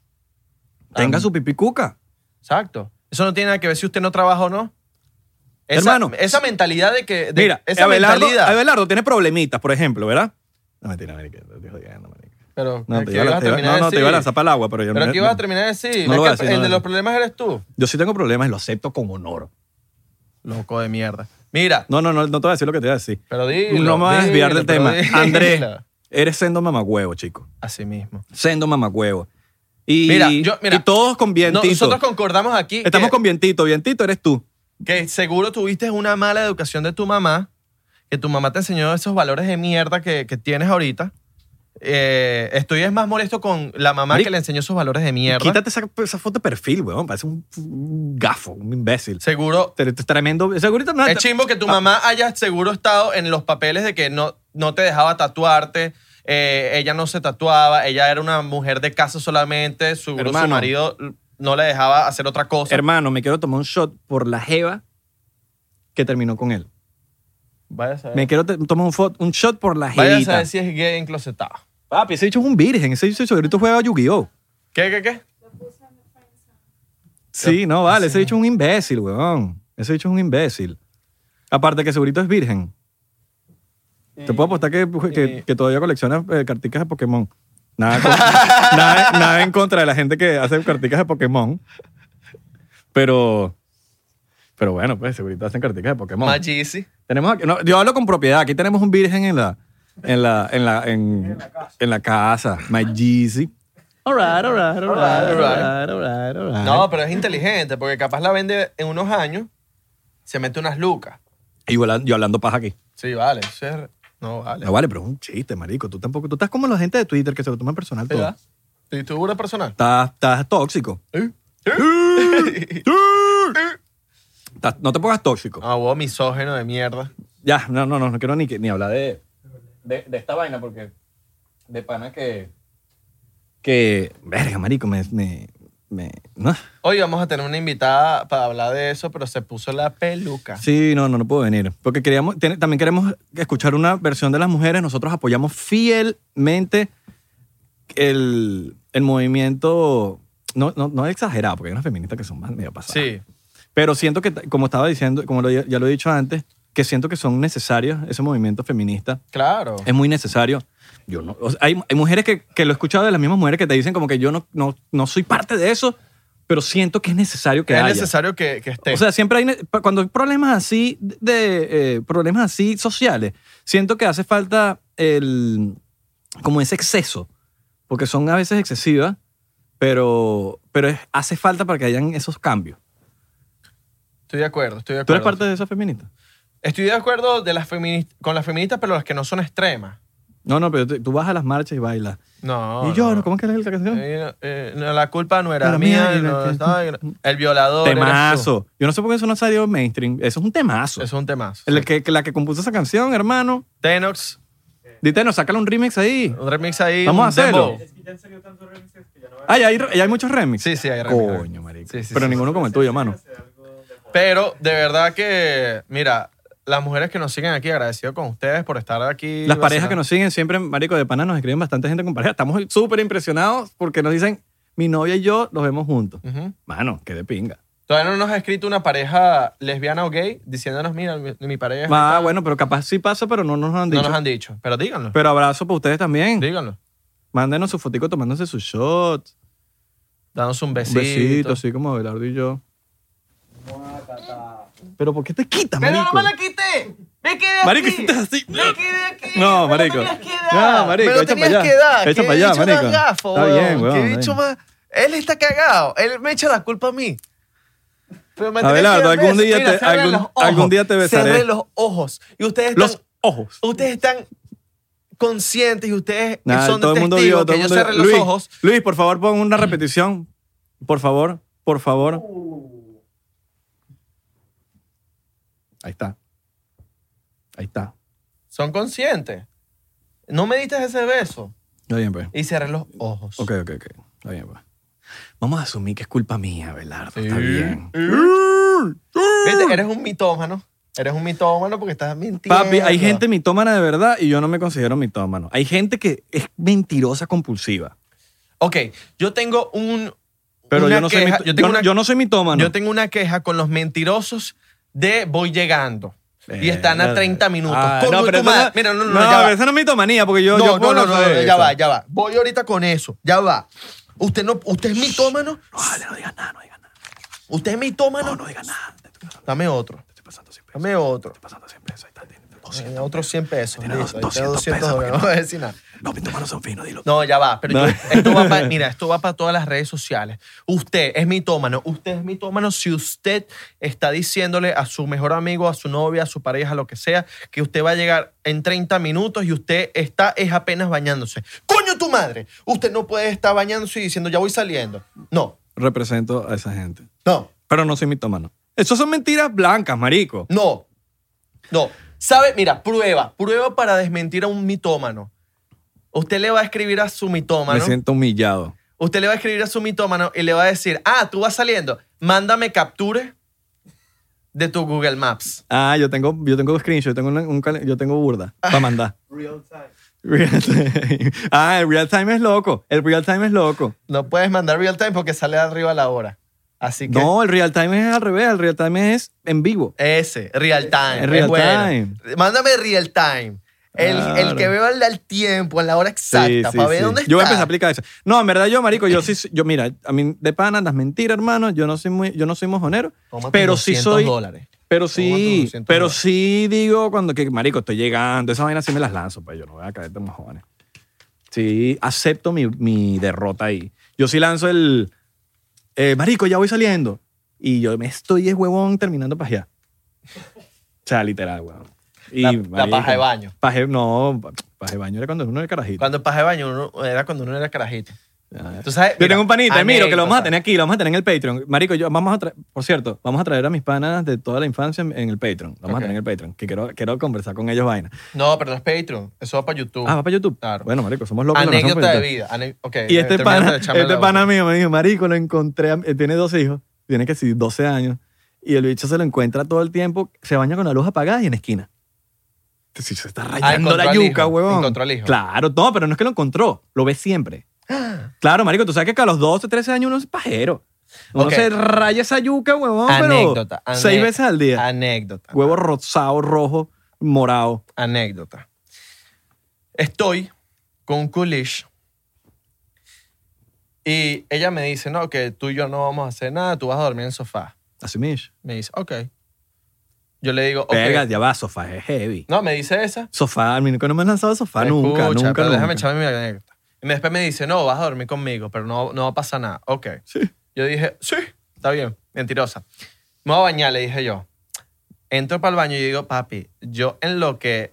[SPEAKER 3] tenga
[SPEAKER 2] Ah.
[SPEAKER 3] su pipí cuca.
[SPEAKER 2] Exacto. Eso no tiene nada que ver si usted no trabaja o no. Esa,
[SPEAKER 3] Hermano.
[SPEAKER 2] Esa mentalidad de que. de-
[SPEAKER 3] Mira,
[SPEAKER 2] esa
[SPEAKER 3] Abelardo,
[SPEAKER 2] mentalidad.
[SPEAKER 3] Abelardo tiene problemitas, por ejemplo, ¿verdad? No, mentira, marico, te estoy jodiendo, marico.
[SPEAKER 2] pero
[SPEAKER 3] No,
[SPEAKER 2] ¿qué-
[SPEAKER 3] te
[SPEAKER 2] qué
[SPEAKER 3] iba a
[SPEAKER 2] ibas
[SPEAKER 3] la-
[SPEAKER 2] a
[SPEAKER 3] te iba-
[SPEAKER 2] terminar
[SPEAKER 3] no,
[SPEAKER 2] de
[SPEAKER 3] no, te
[SPEAKER 2] decir?
[SPEAKER 3] iba a lanzar para el agua, pero yo
[SPEAKER 2] Pero
[SPEAKER 3] no-
[SPEAKER 2] que ibas a terminar de decir.
[SPEAKER 3] No lo
[SPEAKER 2] Es
[SPEAKER 3] voy a
[SPEAKER 2] que
[SPEAKER 3] decir,
[SPEAKER 2] el
[SPEAKER 3] no lo voy
[SPEAKER 2] de
[SPEAKER 3] a
[SPEAKER 2] los
[SPEAKER 3] decir.
[SPEAKER 2] problemas eres tú.
[SPEAKER 3] Yo sí tengo problemas y lo acepto con honor.
[SPEAKER 2] Loco de mierda. Mira,
[SPEAKER 3] No, no, no, no te voy a decir lo que te voy a decir.
[SPEAKER 2] pero dilo.
[SPEAKER 3] no me voy a desviar
[SPEAKER 2] dilo,
[SPEAKER 3] del
[SPEAKER 2] pero
[SPEAKER 3] tema.
[SPEAKER 2] dilo.
[SPEAKER 3] Andrés, eres sendo mamagüevo, chico.
[SPEAKER 2] Así mismo.
[SPEAKER 3] Sendo mamagüevo. Y,
[SPEAKER 2] Mira, yo- mira.
[SPEAKER 3] y todos con vientito.
[SPEAKER 2] Nosotros concordamos aquí.
[SPEAKER 3] Estamos
[SPEAKER 2] que-
[SPEAKER 3] con vientito. Vientito eres tú.
[SPEAKER 2] que seguro tuviste una mala educación de tu mamá, que tu mamá te enseñó esos valores de mierda que, que tienes ahorita. Eh, estoy es más molesto con la mamá
[SPEAKER 3] Marico,
[SPEAKER 2] que le enseñó esos valores de mierda.
[SPEAKER 3] Quítate esa, esa foto de perfil, weón. Parece un, un gafo, un imbécil.
[SPEAKER 2] Seguro.
[SPEAKER 3] Tre- Tremendo. Segurito no.
[SPEAKER 2] Es chimbo que tu
[SPEAKER 3] Ah.
[SPEAKER 2] mamá haya seguro estado en los papeles de que no, no te dejaba tatuarte, eh, ella no se tatuaba, ella era una mujer de casa solamente, seguro
[SPEAKER 3] Hermano.
[SPEAKER 2] su marido no le dejaba hacer otra cosa.
[SPEAKER 3] Hermano, me quiero tomar un shot por la jeva que terminó con él.
[SPEAKER 2] Vaya a saber.
[SPEAKER 3] Me quiero te- tomar un, fo- un shot por la
[SPEAKER 2] Vaya a
[SPEAKER 3] jevita.
[SPEAKER 2] saber si es gay enclosetado.
[SPEAKER 3] Papi, ese bicho es un virgen. Ese bicho segurito juega Yu-Gi-Oh!
[SPEAKER 2] ¿Qué, qué, qué?
[SPEAKER 3] Sí, no, vale. Ese bicho es un imbécil, weón. Ese bicho es un imbécil. Aparte que segurito es virgen. Te puedo apostar que, pues, que, que todavía colecciona eh, carticas de Pokémon. Nada, con- nada- nada en contra de la gente que hace carticas de Pokémon. Pero, pero bueno, pues segurito hacen carticas de Pokémon.
[SPEAKER 2] Más Yeezy.
[SPEAKER 3] Tenemos aquí- no, yo hablo con propiedad. Aquí tenemos un virgen en la, en la, en la, en, en la casa. My Jeezy. All right, all right, all
[SPEAKER 2] right, all right,
[SPEAKER 3] right, all
[SPEAKER 2] No, pero es inteligente, porque capaz la vende en unos años, se mete unas lucas.
[SPEAKER 3] Y yo hablando- yo hablando paja aquí.
[SPEAKER 2] Sí, vale. eso es- No, vale.
[SPEAKER 3] No vale, pero es un chiste, marico. Tú tampoco. Tú estás como la gente de Twitter que se lo toman personal todo.
[SPEAKER 2] ¿Verdad? ¿Y tu una personal?
[SPEAKER 3] Estás, estás tóxico. Estás- no te pongas tóxico.
[SPEAKER 2] Ah, vos misógeno de mierda.
[SPEAKER 3] Ya, no, no, no, no quiero ni, que- ni hablar de, de, de esta vaina porque de pana que. Que. Verga, marico, me. me, me no.
[SPEAKER 2] Hoy vamos a tener una invitada para hablar de eso, pero se puso la peluca.
[SPEAKER 3] Sí, no, no, no puedo venir. Porque queríamos, tiene- también queremos escuchar una versión de las mujeres. Nosotros apoyamos fielmente el, el movimiento. No, no, no es exagerado, porque hay unas feministas que son más medio pasadas.
[SPEAKER 2] Sí.
[SPEAKER 3] Pero siento que, como estaba diciendo, como lo- ya lo he dicho antes, que siento que son necesarios ese movimiento feminista.
[SPEAKER 2] Claro.
[SPEAKER 3] Es muy necesario. Yo no, o sea, hay, hay mujeres que, que lo he escuchado de las mismas mujeres que te dicen como que yo no, no, no soy parte de eso, pero siento que es necesario que
[SPEAKER 2] es
[SPEAKER 3] haya.
[SPEAKER 2] necesario que, que esté.
[SPEAKER 3] O sea, siempre hay, ne- pa- cuando hay problemas así, de, eh, problemas así sociales, siento que hace falta el, como ese exceso, porque son a veces excesivas, pero, pero es- hace falta para que hayan esos cambios.
[SPEAKER 2] estoy de acuerdo, estoy de
[SPEAKER 3] ¿Tú
[SPEAKER 2] acuerdo.
[SPEAKER 3] eres parte de esa feminista?
[SPEAKER 2] Estoy de acuerdo de las femini- con las feministas, pero las que no son extremas.
[SPEAKER 3] No, no, pero tú- tú vas a las marchas y bailas.
[SPEAKER 2] No.
[SPEAKER 3] y yo,
[SPEAKER 2] no.
[SPEAKER 3] ¿cómo es que es la canción?
[SPEAKER 2] Eh, eh, no, la culpa no era
[SPEAKER 3] Era
[SPEAKER 2] mía,
[SPEAKER 3] mía y la
[SPEAKER 2] no
[SPEAKER 3] que-
[SPEAKER 2] estaba- el violador. eras tú.
[SPEAKER 3] Temazo. Yo no sé por qué eso no salió mainstream. Eso es un temazo.
[SPEAKER 2] Es un temazo.
[SPEAKER 3] El que, que la que compuso esa canción, hermano.
[SPEAKER 2] Tenox,
[SPEAKER 3] Dite, no, sácale un remix ahí.
[SPEAKER 2] un remix ahí.
[SPEAKER 3] Vamos
[SPEAKER 2] un
[SPEAKER 3] a hacerlo.
[SPEAKER 2] dembow.
[SPEAKER 3] Ay, hay, hay muchos remixes.
[SPEAKER 2] Sí, sí, hay remix.
[SPEAKER 3] Coño, marico.
[SPEAKER 2] Sí, sí,
[SPEAKER 3] Pero
[SPEAKER 2] sí.
[SPEAKER 3] ninguno como el tuyo, mano.
[SPEAKER 2] Pero de verdad que, mira, las mujeres que nos siguen aquí, agradecido con ustedes por estar aquí.
[SPEAKER 3] Las parejas que
[SPEAKER 2] vacilando.
[SPEAKER 3] nos siguen siempre, marico, de pana nos escriben bastante gente con pareja. Estamos súper impresionados porque nos dicen, mi novia y yo los vemos juntos.
[SPEAKER 2] Ujú.
[SPEAKER 3] Mano, qué de pinga.
[SPEAKER 2] Todavía no nos ha escrito una pareja lesbiana o gay diciéndonos, mira, mi, mi pareja.
[SPEAKER 3] Ah,
[SPEAKER 2] no
[SPEAKER 3] bueno, pero capaz sí pasa, pero no nos han dicho.
[SPEAKER 2] nos han dicho. Pero díganlo.
[SPEAKER 3] Pero abrazo para ustedes también.
[SPEAKER 2] díganlo.
[SPEAKER 3] Mándenos su fotico tomándose su shot.
[SPEAKER 2] Danos un
[SPEAKER 3] Un
[SPEAKER 2] besito.
[SPEAKER 3] besito, así como Abelardo y yo. Pero ¿por qué te quitas,
[SPEAKER 2] ¡Pero no
[SPEAKER 3] marico?
[SPEAKER 2] me la quité!
[SPEAKER 7] Me quedé aquí.
[SPEAKER 3] Marico, estás así.
[SPEAKER 7] Me quedé aquí.
[SPEAKER 3] No,
[SPEAKER 7] me lo
[SPEAKER 3] marico.
[SPEAKER 7] tenías que dar.
[SPEAKER 3] No, marico,
[SPEAKER 2] me lo
[SPEAKER 3] echa para
[SPEAKER 2] tenías
[SPEAKER 3] allá.
[SPEAKER 2] que dar.
[SPEAKER 3] Echa
[SPEAKER 2] qué
[SPEAKER 3] para allá,
[SPEAKER 2] bicho más
[SPEAKER 3] marico.
[SPEAKER 2] gafo,
[SPEAKER 3] Está
[SPEAKER 2] weón,
[SPEAKER 3] bien, weón.
[SPEAKER 2] qué
[SPEAKER 3] está
[SPEAKER 2] bicho
[SPEAKER 3] bien.
[SPEAKER 2] más- Él está cagado. Él me echa la culpa a mí. Pero me tenía que
[SPEAKER 3] Abelardo,
[SPEAKER 2] dar
[SPEAKER 3] algún
[SPEAKER 2] beso.
[SPEAKER 3] día
[SPEAKER 2] Mira,
[SPEAKER 3] te-
[SPEAKER 2] cerré
[SPEAKER 3] algún-
[SPEAKER 2] los ojos.
[SPEAKER 3] algún día te besaré.
[SPEAKER 2] Cerré los ojos. Y ustedes están,
[SPEAKER 3] Los ojos.
[SPEAKER 2] ustedes están conscientes y ustedes
[SPEAKER 3] Nah,
[SPEAKER 2] son
[SPEAKER 3] todo el mundo vio,
[SPEAKER 2] testigos
[SPEAKER 3] todo
[SPEAKER 2] que
[SPEAKER 3] el
[SPEAKER 2] yo
[SPEAKER 3] mundo
[SPEAKER 2] cerré
[SPEAKER 3] vio.
[SPEAKER 2] los
[SPEAKER 3] Luis,
[SPEAKER 2] ojos.
[SPEAKER 3] Luis, por favor, pon una repetición. Por favor, por favor. Ahí está. Ahí está.
[SPEAKER 2] Son conscientes. No me diste ese beso.
[SPEAKER 3] Está bien, pues.
[SPEAKER 2] Y cerré los ojos.
[SPEAKER 3] Ok, ok, ok. Está bien, pues. Vamos a asumir que es culpa mía, Belardo. Está
[SPEAKER 2] Sí.
[SPEAKER 3] bien.
[SPEAKER 2] Viste, eres un mitómano. Eres un mitómano porque estás mintiendo.
[SPEAKER 3] Papi, hay gente mitómana de verdad y yo no me considero mitómano. Hay gente que es mentirosa compulsiva.
[SPEAKER 2] Ok, yo tengo un.
[SPEAKER 3] Pero
[SPEAKER 2] una
[SPEAKER 3] yo no, soy
[SPEAKER 2] queja-
[SPEAKER 3] mito-
[SPEAKER 2] yo
[SPEAKER 3] yo
[SPEAKER 2] tengo
[SPEAKER 3] no-
[SPEAKER 2] una-
[SPEAKER 3] yo no soy mitómano.
[SPEAKER 2] Yo tengo una queja con los mentirosos de voy llegando. Y
[SPEAKER 3] Eh,
[SPEAKER 2] están a 30 minutos.
[SPEAKER 3] Ah,
[SPEAKER 2] Coño,
[SPEAKER 3] no,
[SPEAKER 2] tu
[SPEAKER 3] pero
[SPEAKER 2] madre.
[SPEAKER 3] esa-
[SPEAKER 2] Mira, no, no,
[SPEAKER 3] no,
[SPEAKER 2] no, ya
[SPEAKER 3] pero
[SPEAKER 2] va.
[SPEAKER 3] esa no es mitomanía, porque yo.
[SPEAKER 2] no,
[SPEAKER 3] yo
[SPEAKER 2] no,
[SPEAKER 3] puedo
[SPEAKER 2] no, no,
[SPEAKER 3] hacer
[SPEAKER 2] no, ya
[SPEAKER 3] eso.
[SPEAKER 2] va, ya va. Voy ahorita con eso. Ya va. Usted no, usted es mitómano.
[SPEAKER 3] No, vale, no digas nada, no digas nada.
[SPEAKER 2] Usted es mitómano.
[SPEAKER 3] No, no digas nada. Te estoy pasando,
[SPEAKER 2] Dame otro.
[SPEAKER 3] te estoy pasando siempre.
[SPEAKER 2] Dame otro.
[SPEAKER 3] Estoy pasando siempre. Ahí está. tiene 200.
[SPEAKER 2] Dame otro 100 pesos.
[SPEAKER 3] Tiene
[SPEAKER 2] listo, ahí
[SPEAKER 3] dos-
[SPEAKER 2] tengo
[SPEAKER 3] 200 pesos,
[SPEAKER 2] dólares,
[SPEAKER 3] porque
[SPEAKER 2] no voy a decir nada.
[SPEAKER 3] Los mitómanos son finos, dilo.
[SPEAKER 2] No, ya va. Pero
[SPEAKER 3] No.
[SPEAKER 2] yo- esto va para, mira, esto va para todas las redes sociales. Usted es mitómano. Usted es mitómano si usted está diciéndole a su mejor amigo, a su novia, a su pareja, lo que sea, que usted va a llegar en 30 minutos y usted está es apenas bañándose. ¡Coño tu madre! Usted no puede estar bañándose y diciendo, ya voy saliendo. No,
[SPEAKER 3] Represento a esa gente.
[SPEAKER 2] no,
[SPEAKER 3] Pero no soy mitómano. Esas son mentiras blancas, marico.
[SPEAKER 2] no, no. ¿Sabe? Mira, prueba. Prueba para desmentir a un mitómano. Usted le va a escribir a su mitómano.
[SPEAKER 3] Me siento humillado.
[SPEAKER 2] Usted le va a escribir a su mitómano y le va a decir, ah, tú vas saliendo, mándame capture de tu Google Maps.
[SPEAKER 3] Ah, yo tengo, yo tengo screenshot, yo tengo, una- un cal- yo tengo burda para mandar. Real time. Ah, el real time es loco. El real time es loco.
[SPEAKER 2] No puedes mandar real time porque sale arriba la hora. Así que
[SPEAKER 3] No, el real time es al revés. El real time es en vivo.
[SPEAKER 2] ese, real time.
[SPEAKER 3] Es real
[SPEAKER 2] es bueno.
[SPEAKER 3] time.
[SPEAKER 2] Mándame real time. El,
[SPEAKER 3] Claro.
[SPEAKER 2] el que veo al, al tiempo, a la hora exacta,
[SPEAKER 3] Sí, sí,
[SPEAKER 2] para ver
[SPEAKER 3] sí.
[SPEAKER 2] dónde está.
[SPEAKER 3] Yo voy a empezar a aplicar eso. No, en verdad yo, marico, yo sí, yo mira, a mí de pana, las mentiras, hermano, yo no soy muy, yo no soy mojonero,
[SPEAKER 2] Toma tus
[SPEAKER 3] pero sí
[SPEAKER 2] 200
[SPEAKER 3] soy,
[SPEAKER 2] dólares.
[SPEAKER 3] pero
[SPEAKER 2] Toma tus
[SPEAKER 3] sí,
[SPEAKER 2] 200
[SPEAKER 3] pero
[SPEAKER 2] dólares.
[SPEAKER 3] sí digo cuando que, marico, estoy llegando, esas vainas sí me las lanzo, pues yo no voy a caer de mojones. Sí, acepto mi, mi derrota ahí. Yo sí lanzo el, eh, marico, ya voy saliendo y yo me estoy es huevón terminando para allá. O sea, literal, huevón. Y,
[SPEAKER 2] La- la paja de baño.
[SPEAKER 3] paja- no, paja de baño era cuando uno era carajito.
[SPEAKER 2] Cuando pasé baño uno- era cuando uno era carajito.
[SPEAKER 3] Ah,
[SPEAKER 2] Tú sabes,
[SPEAKER 3] yo
[SPEAKER 2] mira,
[SPEAKER 3] tengo un panita, miro, que lo vamos a
[SPEAKER 2] anécdota.
[SPEAKER 3] tener aquí, lo vamos a tener en el Patreon. Marico, yo, vamos a traer, por cierto, vamos a traer a mis panas de toda la infancia en en el Patreon. Lo Vamos
[SPEAKER 2] Ok.
[SPEAKER 3] a tener en el Patreon, que quiero, quiero conversar con ellos vaina.
[SPEAKER 2] No, pero no es Patreon. Eso va para YouTube.
[SPEAKER 3] Ah, va para YouTube.
[SPEAKER 2] Claro. Ah,
[SPEAKER 3] Bueno, marico, somos locos. lo que hacemos
[SPEAKER 2] Anécdota
[SPEAKER 3] por
[SPEAKER 2] de
[SPEAKER 3] YouTube.
[SPEAKER 2] vida. ane- ok,
[SPEAKER 3] Y este
[SPEAKER 2] termínate
[SPEAKER 3] pana,
[SPEAKER 2] de echarme
[SPEAKER 3] este
[SPEAKER 2] la
[SPEAKER 3] pana
[SPEAKER 2] boca.
[SPEAKER 3] mío me dijo, marico, lo encontré, a- eh, tiene dos hijos, tiene que sí, 12 años, y el bicho se lo encuentra todo el tiempo, se baña con la luz apagada y en esquina. Si se está rayando
[SPEAKER 2] Ah, encontró
[SPEAKER 3] la
[SPEAKER 2] al
[SPEAKER 3] yuca,
[SPEAKER 2] hijo,
[SPEAKER 3] huevón.
[SPEAKER 2] encontró al hijo.
[SPEAKER 3] Claro, no, pero no es que lo encontró, lo ve siempre. Claro, marico, tú sabes que a los 12, 13 años uno es pajero. Uno
[SPEAKER 2] Ok.
[SPEAKER 3] se raya esa yuca, huevón, pero
[SPEAKER 2] Anécdota. Ah. ane-
[SPEAKER 3] seis veces al día.
[SPEAKER 2] Anécdota.
[SPEAKER 3] Huevo rosado, rojo, morado.
[SPEAKER 2] Anécdota. Estoy con un coolish y ella me dice, no, que tú y yo no vamos a hacer nada, tú vas a dormir en el sofá.
[SPEAKER 3] Así mismo.
[SPEAKER 2] Me dice, ok. Yo le digo, ok.
[SPEAKER 3] Verga, ya va, sofá es heavy.
[SPEAKER 2] No, me dice esa.
[SPEAKER 3] Sofá, a mí nunca no me han lanzado sofá, nunca,
[SPEAKER 2] Escucha,
[SPEAKER 3] nunca,
[SPEAKER 2] pero
[SPEAKER 3] nunca.
[SPEAKER 2] Déjame echarme mi anécdota. Y me- después me dice, no, vas a dormir conmigo, pero no, no va a pasar nada. Ok.
[SPEAKER 3] Sí.
[SPEAKER 2] Yo dije, sí, está bien, mentirosa. Me voy a bañar, le dije yo. Entro para el baño y digo, papi, yo en lo que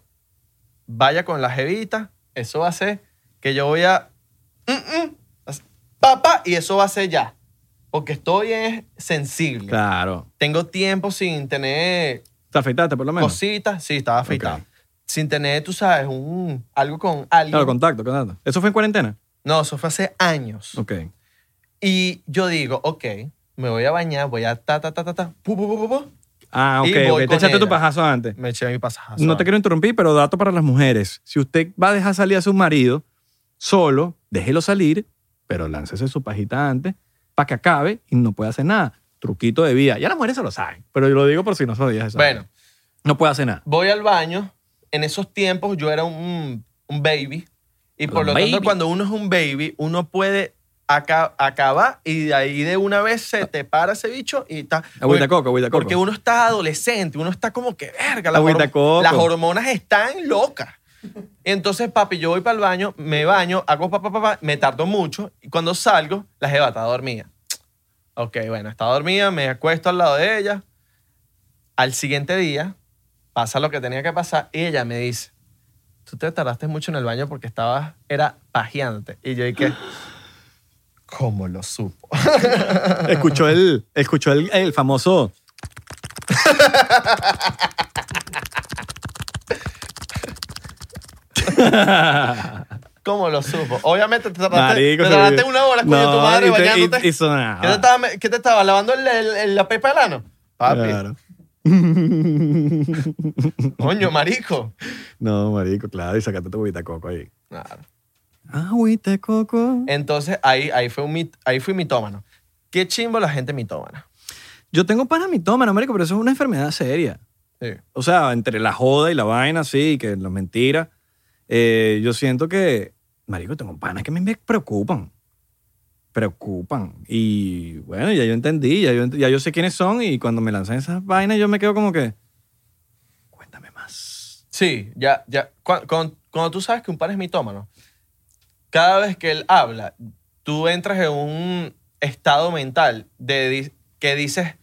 [SPEAKER 2] vaya con la jevita, eso va a ser que yo voy a... mm, mm, as- papá, y eso va a ser ya. Porque estoy es sensible.
[SPEAKER 3] Claro.
[SPEAKER 2] Tengo tiempo sin tener
[SPEAKER 3] ¿Te afeitaste por lo menos?
[SPEAKER 2] cositas. Sí, estaba afeitado. Sin tener, tú sabes, un, algo con alguien.
[SPEAKER 3] Claro, contacto, contacto. ¿Eso fue en cuarentena?
[SPEAKER 2] No, eso fue hace años.
[SPEAKER 3] Ok.
[SPEAKER 2] Y yo digo, ok, me voy a bañar, voy a ta, ta, ta, ta, ta, pu, pu, pu, pu, pu.
[SPEAKER 3] Ah, ok,
[SPEAKER 2] Y voy
[SPEAKER 3] ok.
[SPEAKER 2] con
[SPEAKER 3] Te echaste tu
[SPEAKER 2] ella.
[SPEAKER 3] pajazo antes.
[SPEAKER 2] Me eché mi pasajazo.
[SPEAKER 3] No te quiero interrumpir, pero dato para las mujeres. Si usted va a dejar salir a su marido solo, déjelo salir, pero láncese su pajita antes para que acabe y no puede hacer nada. Truquito de vida. Ya las mujeres se lo saben, pero yo lo digo por si no sabías eso.
[SPEAKER 2] Bueno,
[SPEAKER 3] No puede hacer nada.
[SPEAKER 2] voy al baño. En esos tiempos yo era un, un baby. Y por
[SPEAKER 3] Un
[SPEAKER 2] lo tanto,
[SPEAKER 3] baby.
[SPEAKER 2] cuando uno es un baby, uno puede aca- acaba y de ahí de una vez se te para ese bicho y está.
[SPEAKER 3] Agüita coco, agüita coco.
[SPEAKER 2] Porque uno está adolescente, uno está como que verga. Las,
[SPEAKER 3] Agüita
[SPEAKER 2] horm-
[SPEAKER 3] coco.
[SPEAKER 2] las hormonas están locas. Entonces, papi, yo voy para el baño, me baño, hago papá, papá, me tardo mucho y cuando salgo, la jeva está dormida. Ok, bueno, está dormida, me acuesto al lado de ella. Al siguiente día, pasa lo que tenía que pasar y ella me dice, tú te tardaste mucho en el baño porque estabas, era pajeante. Y yo dije, ¿cómo lo supo?
[SPEAKER 3] Escuchó el, escuchó el, el famoso.
[SPEAKER 2] ¿Cómo lo supo? Obviamente te tardaste,
[SPEAKER 3] Marico,
[SPEAKER 2] te
[SPEAKER 3] se
[SPEAKER 2] tardaste
[SPEAKER 3] me-
[SPEAKER 2] una hora con
[SPEAKER 3] No,
[SPEAKER 2] tu madre
[SPEAKER 3] y te-
[SPEAKER 2] bañándote.
[SPEAKER 3] y- y sonaba.
[SPEAKER 2] ¿Qué, te estaba, qué te estaba lavando el- el- el- la pepa del ano? Papi,
[SPEAKER 3] Claro.
[SPEAKER 2] coño, marico.
[SPEAKER 3] No, marico, claro, y sacaste tu agüita coco ahí.
[SPEAKER 2] Claro.
[SPEAKER 3] Agüita coco.
[SPEAKER 2] Entonces ahí, ahí, fue un mit- ahí fui mitómano. Qué chimbo la gente mitómana.
[SPEAKER 3] Yo tengo pana mitómano, marico, pero eso es una enfermedad seria.
[SPEAKER 2] Sí.
[SPEAKER 3] O sea, entre la joda y la vaina, sí, y que las mentiras. eh, yo siento que, marico, tengo panas que me me preocupan. Preocupan. Y bueno, ya yo entendí, ya yo, ent- ya yo sé quiénes son y cuando me lanzan esas vainas yo me quedo como que, cuéntame más.
[SPEAKER 2] Sí, ya, ya. Cu- con- cuando tú sabes que un pan es mitómano, cada vez que él habla, tú entras en un estado mental de di- que dices,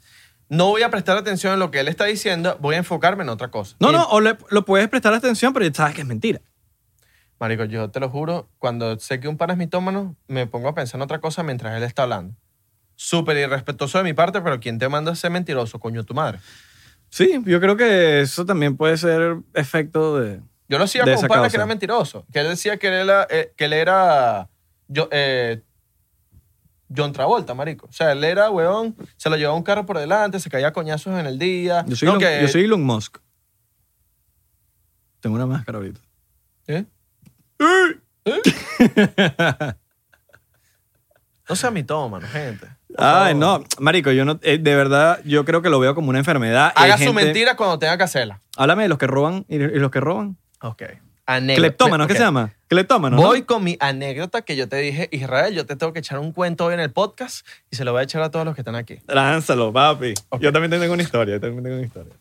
[SPEAKER 2] no voy a prestar atención en lo que él está diciendo, voy a enfocarme en otra cosa.
[SPEAKER 3] No,
[SPEAKER 2] Y,
[SPEAKER 3] no, o le- lo puedes prestar atención, pero ya sabes que es mentira.
[SPEAKER 2] Marico, yo te lo juro, cuando sé que un pan es mitómano, me pongo a pensar en otra cosa mientras él está hablando. Súper irrespetuoso de mi parte, pero ¿quién te manda a ser mentiroso, coño, tu madre?
[SPEAKER 3] Sí, yo creo que eso también puede ser efecto de...
[SPEAKER 2] Yo lo hacía
[SPEAKER 3] De
[SPEAKER 2] con un
[SPEAKER 3] esa
[SPEAKER 2] pana
[SPEAKER 3] causa.
[SPEAKER 2] que era mentiroso. Que él decía que él era, eh, que él era yo, eh, John Travolta, marico. O sea, él era, weón, se lo llevaba un carro por delante, se caía a coñazos en el día.
[SPEAKER 3] Yo soy,
[SPEAKER 2] No,
[SPEAKER 3] Elon,
[SPEAKER 2] que-
[SPEAKER 3] yo soy Elon Musk. Tengo una máscara ahorita.
[SPEAKER 2] ¿Eh? No sea mitómano, gente. Por
[SPEAKER 3] Ay,
[SPEAKER 2] favor.
[SPEAKER 3] no, marico, yo no, eh, de verdad, yo creo que lo veo como una enfermedad. Y hay
[SPEAKER 2] Haga su
[SPEAKER 3] gente-
[SPEAKER 2] mentira cuando tenga que hacerla.
[SPEAKER 3] Háblame de los que roban y, y los que roban.
[SPEAKER 2] Ok. Anécdota.
[SPEAKER 3] Cleptómanos, ¿qué
[SPEAKER 2] Eh, Ok.
[SPEAKER 3] se llama? Cleptómanos. ¿no?
[SPEAKER 2] Voy con mi anécdota que yo te dije, Israel, yo te tengo que echar un cuento hoy en el podcast y se lo voy a echar a todos los que están aquí.
[SPEAKER 3] Lánzalo, papi. Yo también tengo una historia, yo también tengo una historia.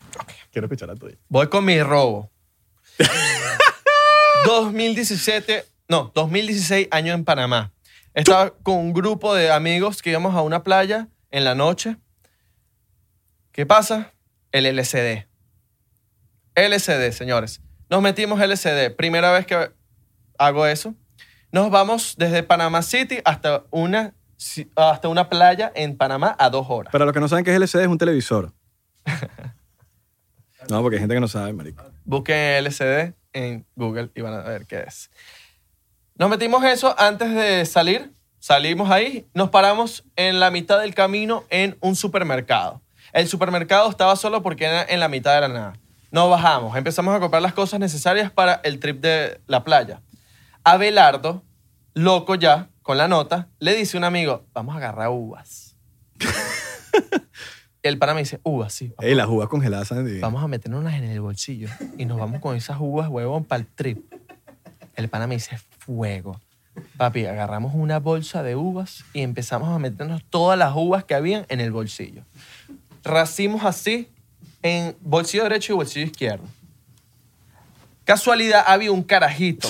[SPEAKER 3] Quiero escuchar la tuya.
[SPEAKER 2] Voy con mi robo. 2017, no, 2016, año en Panamá. Estaba con un grupo de amigos que íbamos a una playa en la noche. ¿Qué pasa? El LCD. LCD, señores. Nos metimos LCD. Primera vez que hago eso. Nos vamos desde Panamá City hasta una, ci- hasta una playa en Panamá a dos horas.
[SPEAKER 3] Para los que no saben qué es LCD, es un televisor. No, porque hay gente que no sabe, marico.
[SPEAKER 2] Busquen LCD en Google y van a ver qué es. Nos metimos eso antes de salir. Salimos ahí, nos paramos en la mitad del camino en un supermercado. El supermercado estaba solo porque era en la mitad de la nada. Nos bajamos, empezamos a comprar las cosas necesarias para el trip de la playa. Abelardo, loco ya, con la nota, le dice a un amigo, vamos a agarrar uvas. el pana me dice, uvas, sí, vamos
[SPEAKER 3] Ey, las uvas congeladas saben divinas.
[SPEAKER 2] Vamos a meternos en el bolsillo y nos vamos con esas uvas, huevón, para el trip. El pana me dice, fuego. Papi, agarramos una bolsa de uvas y empezamos a meternos todas las uvas que habían en el bolsillo. Racimos así en bolsillo derecho y bolsillo izquierdo. Casualidad, había un carajito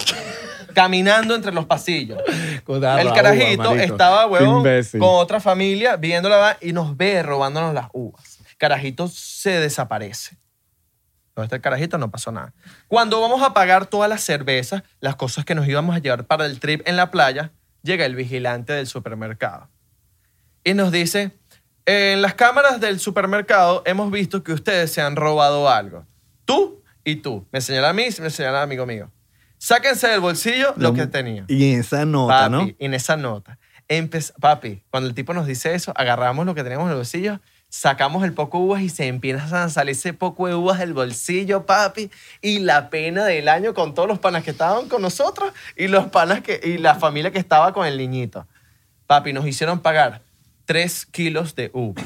[SPEAKER 2] caminando entre los pasillos. El carajito estaba, huevón,
[SPEAKER 3] imbécil.
[SPEAKER 2] con otra familia viéndola va- y nos ve robándonos las uvas. Carajito se desaparece. No está el carajito, no pasó nada. Cuando vamos a pagar todas las cervezas, las cosas que nos íbamos a llevar para el trip en la playa, llega el vigilante del supermercado y nos dice, en las cámaras del supermercado hemos visto que ustedes se han robado algo. Tú y tú. Me señala a mí y me señala a amigo mío. Sáquense del bolsillo lo que tenía.
[SPEAKER 3] Y esa nota,
[SPEAKER 2] Papi,
[SPEAKER 3] ¿no?
[SPEAKER 2] en esa nota. Empe- papi, cuando el tipo nos dice eso, agarramos lo que teníamos en el bolsillo, sacamos el poco de uvas y se empiezan a salir ese poco de uvas del bolsillo, papi. Y la pena del año con todos los panas que estaban con nosotros y los panas que, y la familia que estaba con el niñito. Papi, nos hicieron pagar 3 kilos de uva.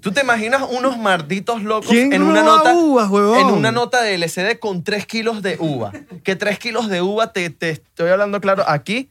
[SPEAKER 2] ¿Tú te imaginas unos marditos locos
[SPEAKER 3] ¿Quién
[SPEAKER 2] en una
[SPEAKER 3] roba
[SPEAKER 2] nota
[SPEAKER 3] uvas, huevón?
[SPEAKER 2] en una nota de LCD con 3 kilos de uva? Que 3 kilos de uva te, te estoy hablando claro aquí,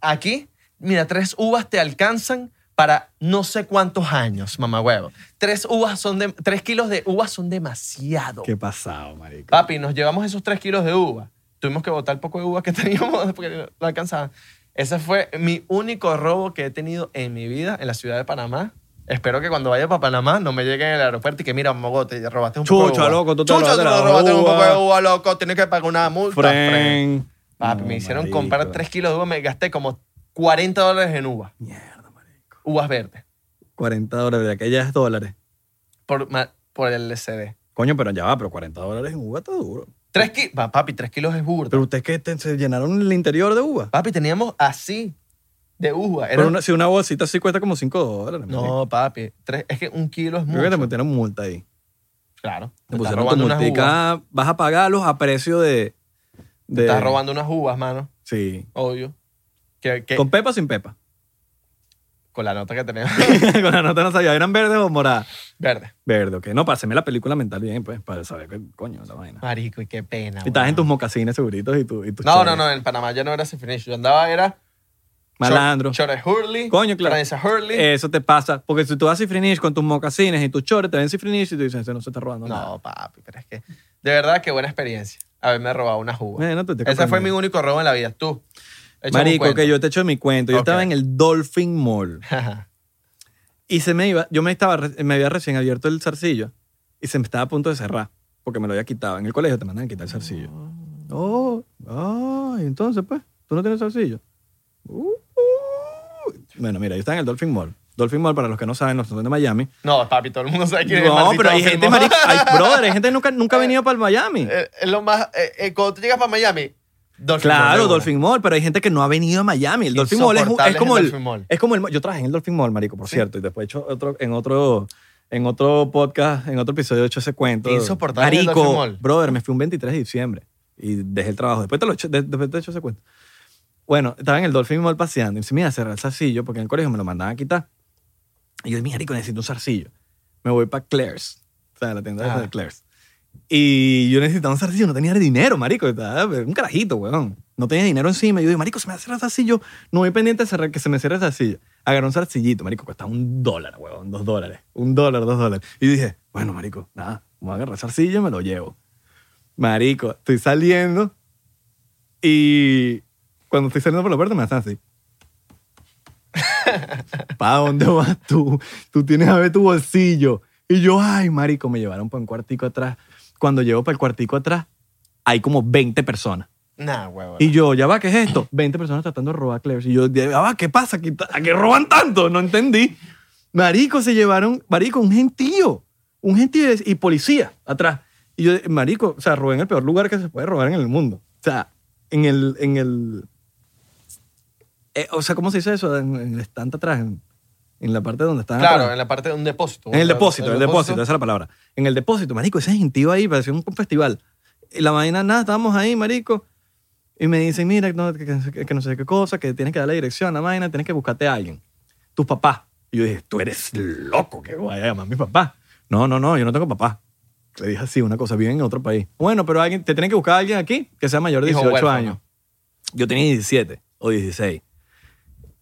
[SPEAKER 2] aquí mira, tres uvas te alcanzan para no sé cuántos años, mamá huevo. Tres uvas son de, tres kilos de uvas son demasiado.
[SPEAKER 4] Qué pasado, marico.
[SPEAKER 2] Papi, nos llevamos esos tres kilos de uva. Tuvimos que botar el poco de uva que teníamos porque no no alcanzaban. Ese fue mi único robo que he tenido en mi vida en la ciudad de Panamá. Espero que cuando vaya para Panamá no me lleguen al aeropuerto y que mira, mogo, te robaste un poco de
[SPEAKER 3] Chucha,
[SPEAKER 2] uva.
[SPEAKER 3] loco, tú te
[SPEAKER 2] Chucha,
[SPEAKER 3] robaste la
[SPEAKER 2] robaste un
[SPEAKER 3] uva.
[SPEAKER 2] poco de uva, loco. Tienes que pagar una multa. fren.
[SPEAKER 3] Fren.
[SPEAKER 2] Papi,
[SPEAKER 4] No,
[SPEAKER 2] me hicieron
[SPEAKER 4] marico.
[SPEAKER 2] comprar 3 kilos de uva, me gasté como 40 dólares en uva.
[SPEAKER 3] Mierda, marico.
[SPEAKER 2] Uvas verdes.
[SPEAKER 3] 40 dólares, de aquellas dólares.
[SPEAKER 2] Por, ma- por el LCD.
[SPEAKER 3] Coño, pero ya va, pero 40 dólares en uva está duro.
[SPEAKER 2] 3 kilos. Papi, 3 kilos es burda.
[SPEAKER 3] Pero ustedes que te- se llenaron el interior de uva.
[SPEAKER 2] Papi, teníamos así de uva. Era-
[SPEAKER 3] Pero una- si una bolsita así cuesta como 5 dólares. marico.
[SPEAKER 2] No, papi. tres- es que un kilo es
[SPEAKER 3] Creo que te
[SPEAKER 2] mucho.
[SPEAKER 3] metieron multa ahí.
[SPEAKER 2] Claro.
[SPEAKER 3] Te
[SPEAKER 2] estás
[SPEAKER 3] pusieron tu
[SPEAKER 2] robando unas uvas.
[SPEAKER 3] multica, vas a pagarlos a precio de... de
[SPEAKER 2] Estás robando unas uvas, mano.
[SPEAKER 3] Sí.
[SPEAKER 2] Obvio. Que, que-
[SPEAKER 3] ¿Con
[SPEAKER 2] con,
[SPEAKER 3] pepa o sin pepa?
[SPEAKER 2] la nota que tenemos.
[SPEAKER 3] Con la nota no sabía, ¿eran verdes o moradas?
[SPEAKER 2] Verde.
[SPEAKER 3] Verde, ok. No, pásenme la película mental bien, pues, para saber qué coño es la vaina.
[SPEAKER 2] Marico, y qué pena.
[SPEAKER 3] Y estás en
[SPEAKER 2] weón.
[SPEAKER 3] tus mocasines seguritos y tu, y tus
[SPEAKER 2] Ah, No,
[SPEAKER 3] chores.
[SPEAKER 2] no, no. En Panamá ya no era ese finish. Yo andaba, era.
[SPEAKER 3] Malandro.
[SPEAKER 2] Chores Hurley.
[SPEAKER 3] Coño, claro. Eh,
[SPEAKER 2] Francia Hurley.
[SPEAKER 3] Eso te pasa. Porque si tú vas a cifrinish con tus mocasines y tus chores, te ven cifrinish y tú dices, "Ese no se está robando nada.
[SPEAKER 2] No, papi, pero es que. De verdad, qué buena experiencia. Haberme robado una jugo.
[SPEAKER 3] Bueno, tú te
[SPEAKER 2] Ese fue
[SPEAKER 3] compras
[SPEAKER 2] mi
[SPEAKER 3] uno.
[SPEAKER 2] único robo en la vida. Tú. échame un
[SPEAKER 3] Marico,
[SPEAKER 2] cuento.
[SPEAKER 3] que yo te echo mi cuento. Yo
[SPEAKER 2] Ok.
[SPEAKER 3] estaba en el Dolphin Mall y se me iba, yo me estaba, re- me había recién abierto el zarcillo y se me estaba a punto de cerrar porque me lo había quitado. En el colegio te mandan a quitar el zarcillo. Oh, ah, y entonces pues, tú no tienes zarcillo. Uh, uh. Bueno, mira, yo estaba en el Dolphin Mall. Dolphin Mall, para los que no saben, los que son de Miami.
[SPEAKER 2] no, papi, todo el mundo sabe quién es
[SPEAKER 3] No,
[SPEAKER 2] Marcito
[SPEAKER 3] pero hay
[SPEAKER 2] Ángel
[SPEAKER 3] gente,
[SPEAKER 2] Mo-
[SPEAKER 3] marico, hay, brother, hay gente que nunca, nunca ha venido para el Miami.
[SPEAKER 2] Eh, Es lo más. eh, eh, cuando tú llegas para Miami, Dolphin Mall de
[SPEAKER 3] Claro,
[SPEAKER 2] una.
[SPEAKER 3] Dolphin Mall, pero hay gente que no ha venido a Miami. El Dolphin Mall es, un-
[SPEAKER 2] Insoportable
[SPEAKER 3] es como
[SPEAKER 2] es el
[SPEAKER 3] el,
[SPEAKER 2] Dolphin Mall.
[SPEAKER 3] es como el yo trabajé en el Dolphin Mall, marico, por cierto, y después he hecho otro en otro en otro podcast, en otro episodio he hecho ese cuento.
[SPEAKER 2] Qué insoportable es el
[SPEAKER 3] Marico,
[SPEAKER 2] Dolphin Mall.
[SPEAKER 3] brother, me fui un 23 de diciembre y dejé el trabajo. Después te lo he hecho, de- después te he hecho ese cuento. Bueno, estaba en el Dolphin Mall paseando y me mira, cerrar el zarcillo porque en el colegio me lo mandaban a quitar. Y yo, mira, rico, necesito un zarcillo. Me voy para Claire's, o sea, la tienda
[SPEAKER 2] Ah.
[SPEAKER 3] de Claire's. Y yo necesitaba un zarcillo, no tenía dinero, marico. estaba un carajito, weón. No tenía dinero encima. Y yo dije, marico, se me va a cerrar el zarcillo. No voy pendiente de cerrar- que se me cierre el zarcillo. Agarré un zarcillito, marico, costaba un dólar, weón, dos dólares. Un dólar, dos dólares. Y dije, bueno, marico, nada, voy a agarrar el zarcillo y me lo llevo. Marico, estoy saliendo y cuando estoy saliendo por la puerta me hacen así. ¿Para dónde vas tú? Tú tienes a ver tu bolsillo. Y yo, ay, marico, me llevaron para un cuartico atrás. Cuando llego para el cuartico atrás, hay como 20 personas.
[SPEAKER 2] Nah, huevo.
[SPEAKER 3] Y yo, ya va, ¿qué es esto? 20 personas tratando de robar Claire's. Y yo, ya va, ¿qué pasa? ¿Qué ta- ¿A qué roban tanto? No entendí. Marico, se llevaron, marico, un gentío. Un gentío y policía atrás. Y yo, marico, o sea, robé en el peor lugar que se puede robar en el mundo. O sea, en el, en el... eh, o sea, ¿cómo se dice eso? En, en el estante atrás, en, en la parte donde están
[SPEAKER 2] Claro,
[SPEAKER 3] atrás.
[SPEAKER 2] en la parte de un depósito.
[SPEAKER 3] Ah, En el depósito, en el depósito, esa es la palabra. En el depósito, marico, ese gentío ahí, parecía un festival. Y la vaina, nada, estábamos ahí, marico. Y me dicen, mira, no, que, que- que no sé qué cosa, que tienes que dar la dirección, la vaina, tienes que buscarte a alguien. Tus papás. Y yo dije, tú eres loco, que voy a llamar a mi papá. No, no, no, yo no tengo papá. Le dije así, una cosa, viven en otro país. Bueno, pero alguien, te tienen que buscar a alguien aquí que sea mayor de
[SPEAKER 2] Hijo
[SPEAKER 3] 18
[SPEAKER 2] huérfano.
[SPEAKER 3] años. Yo tenía 17 o 16.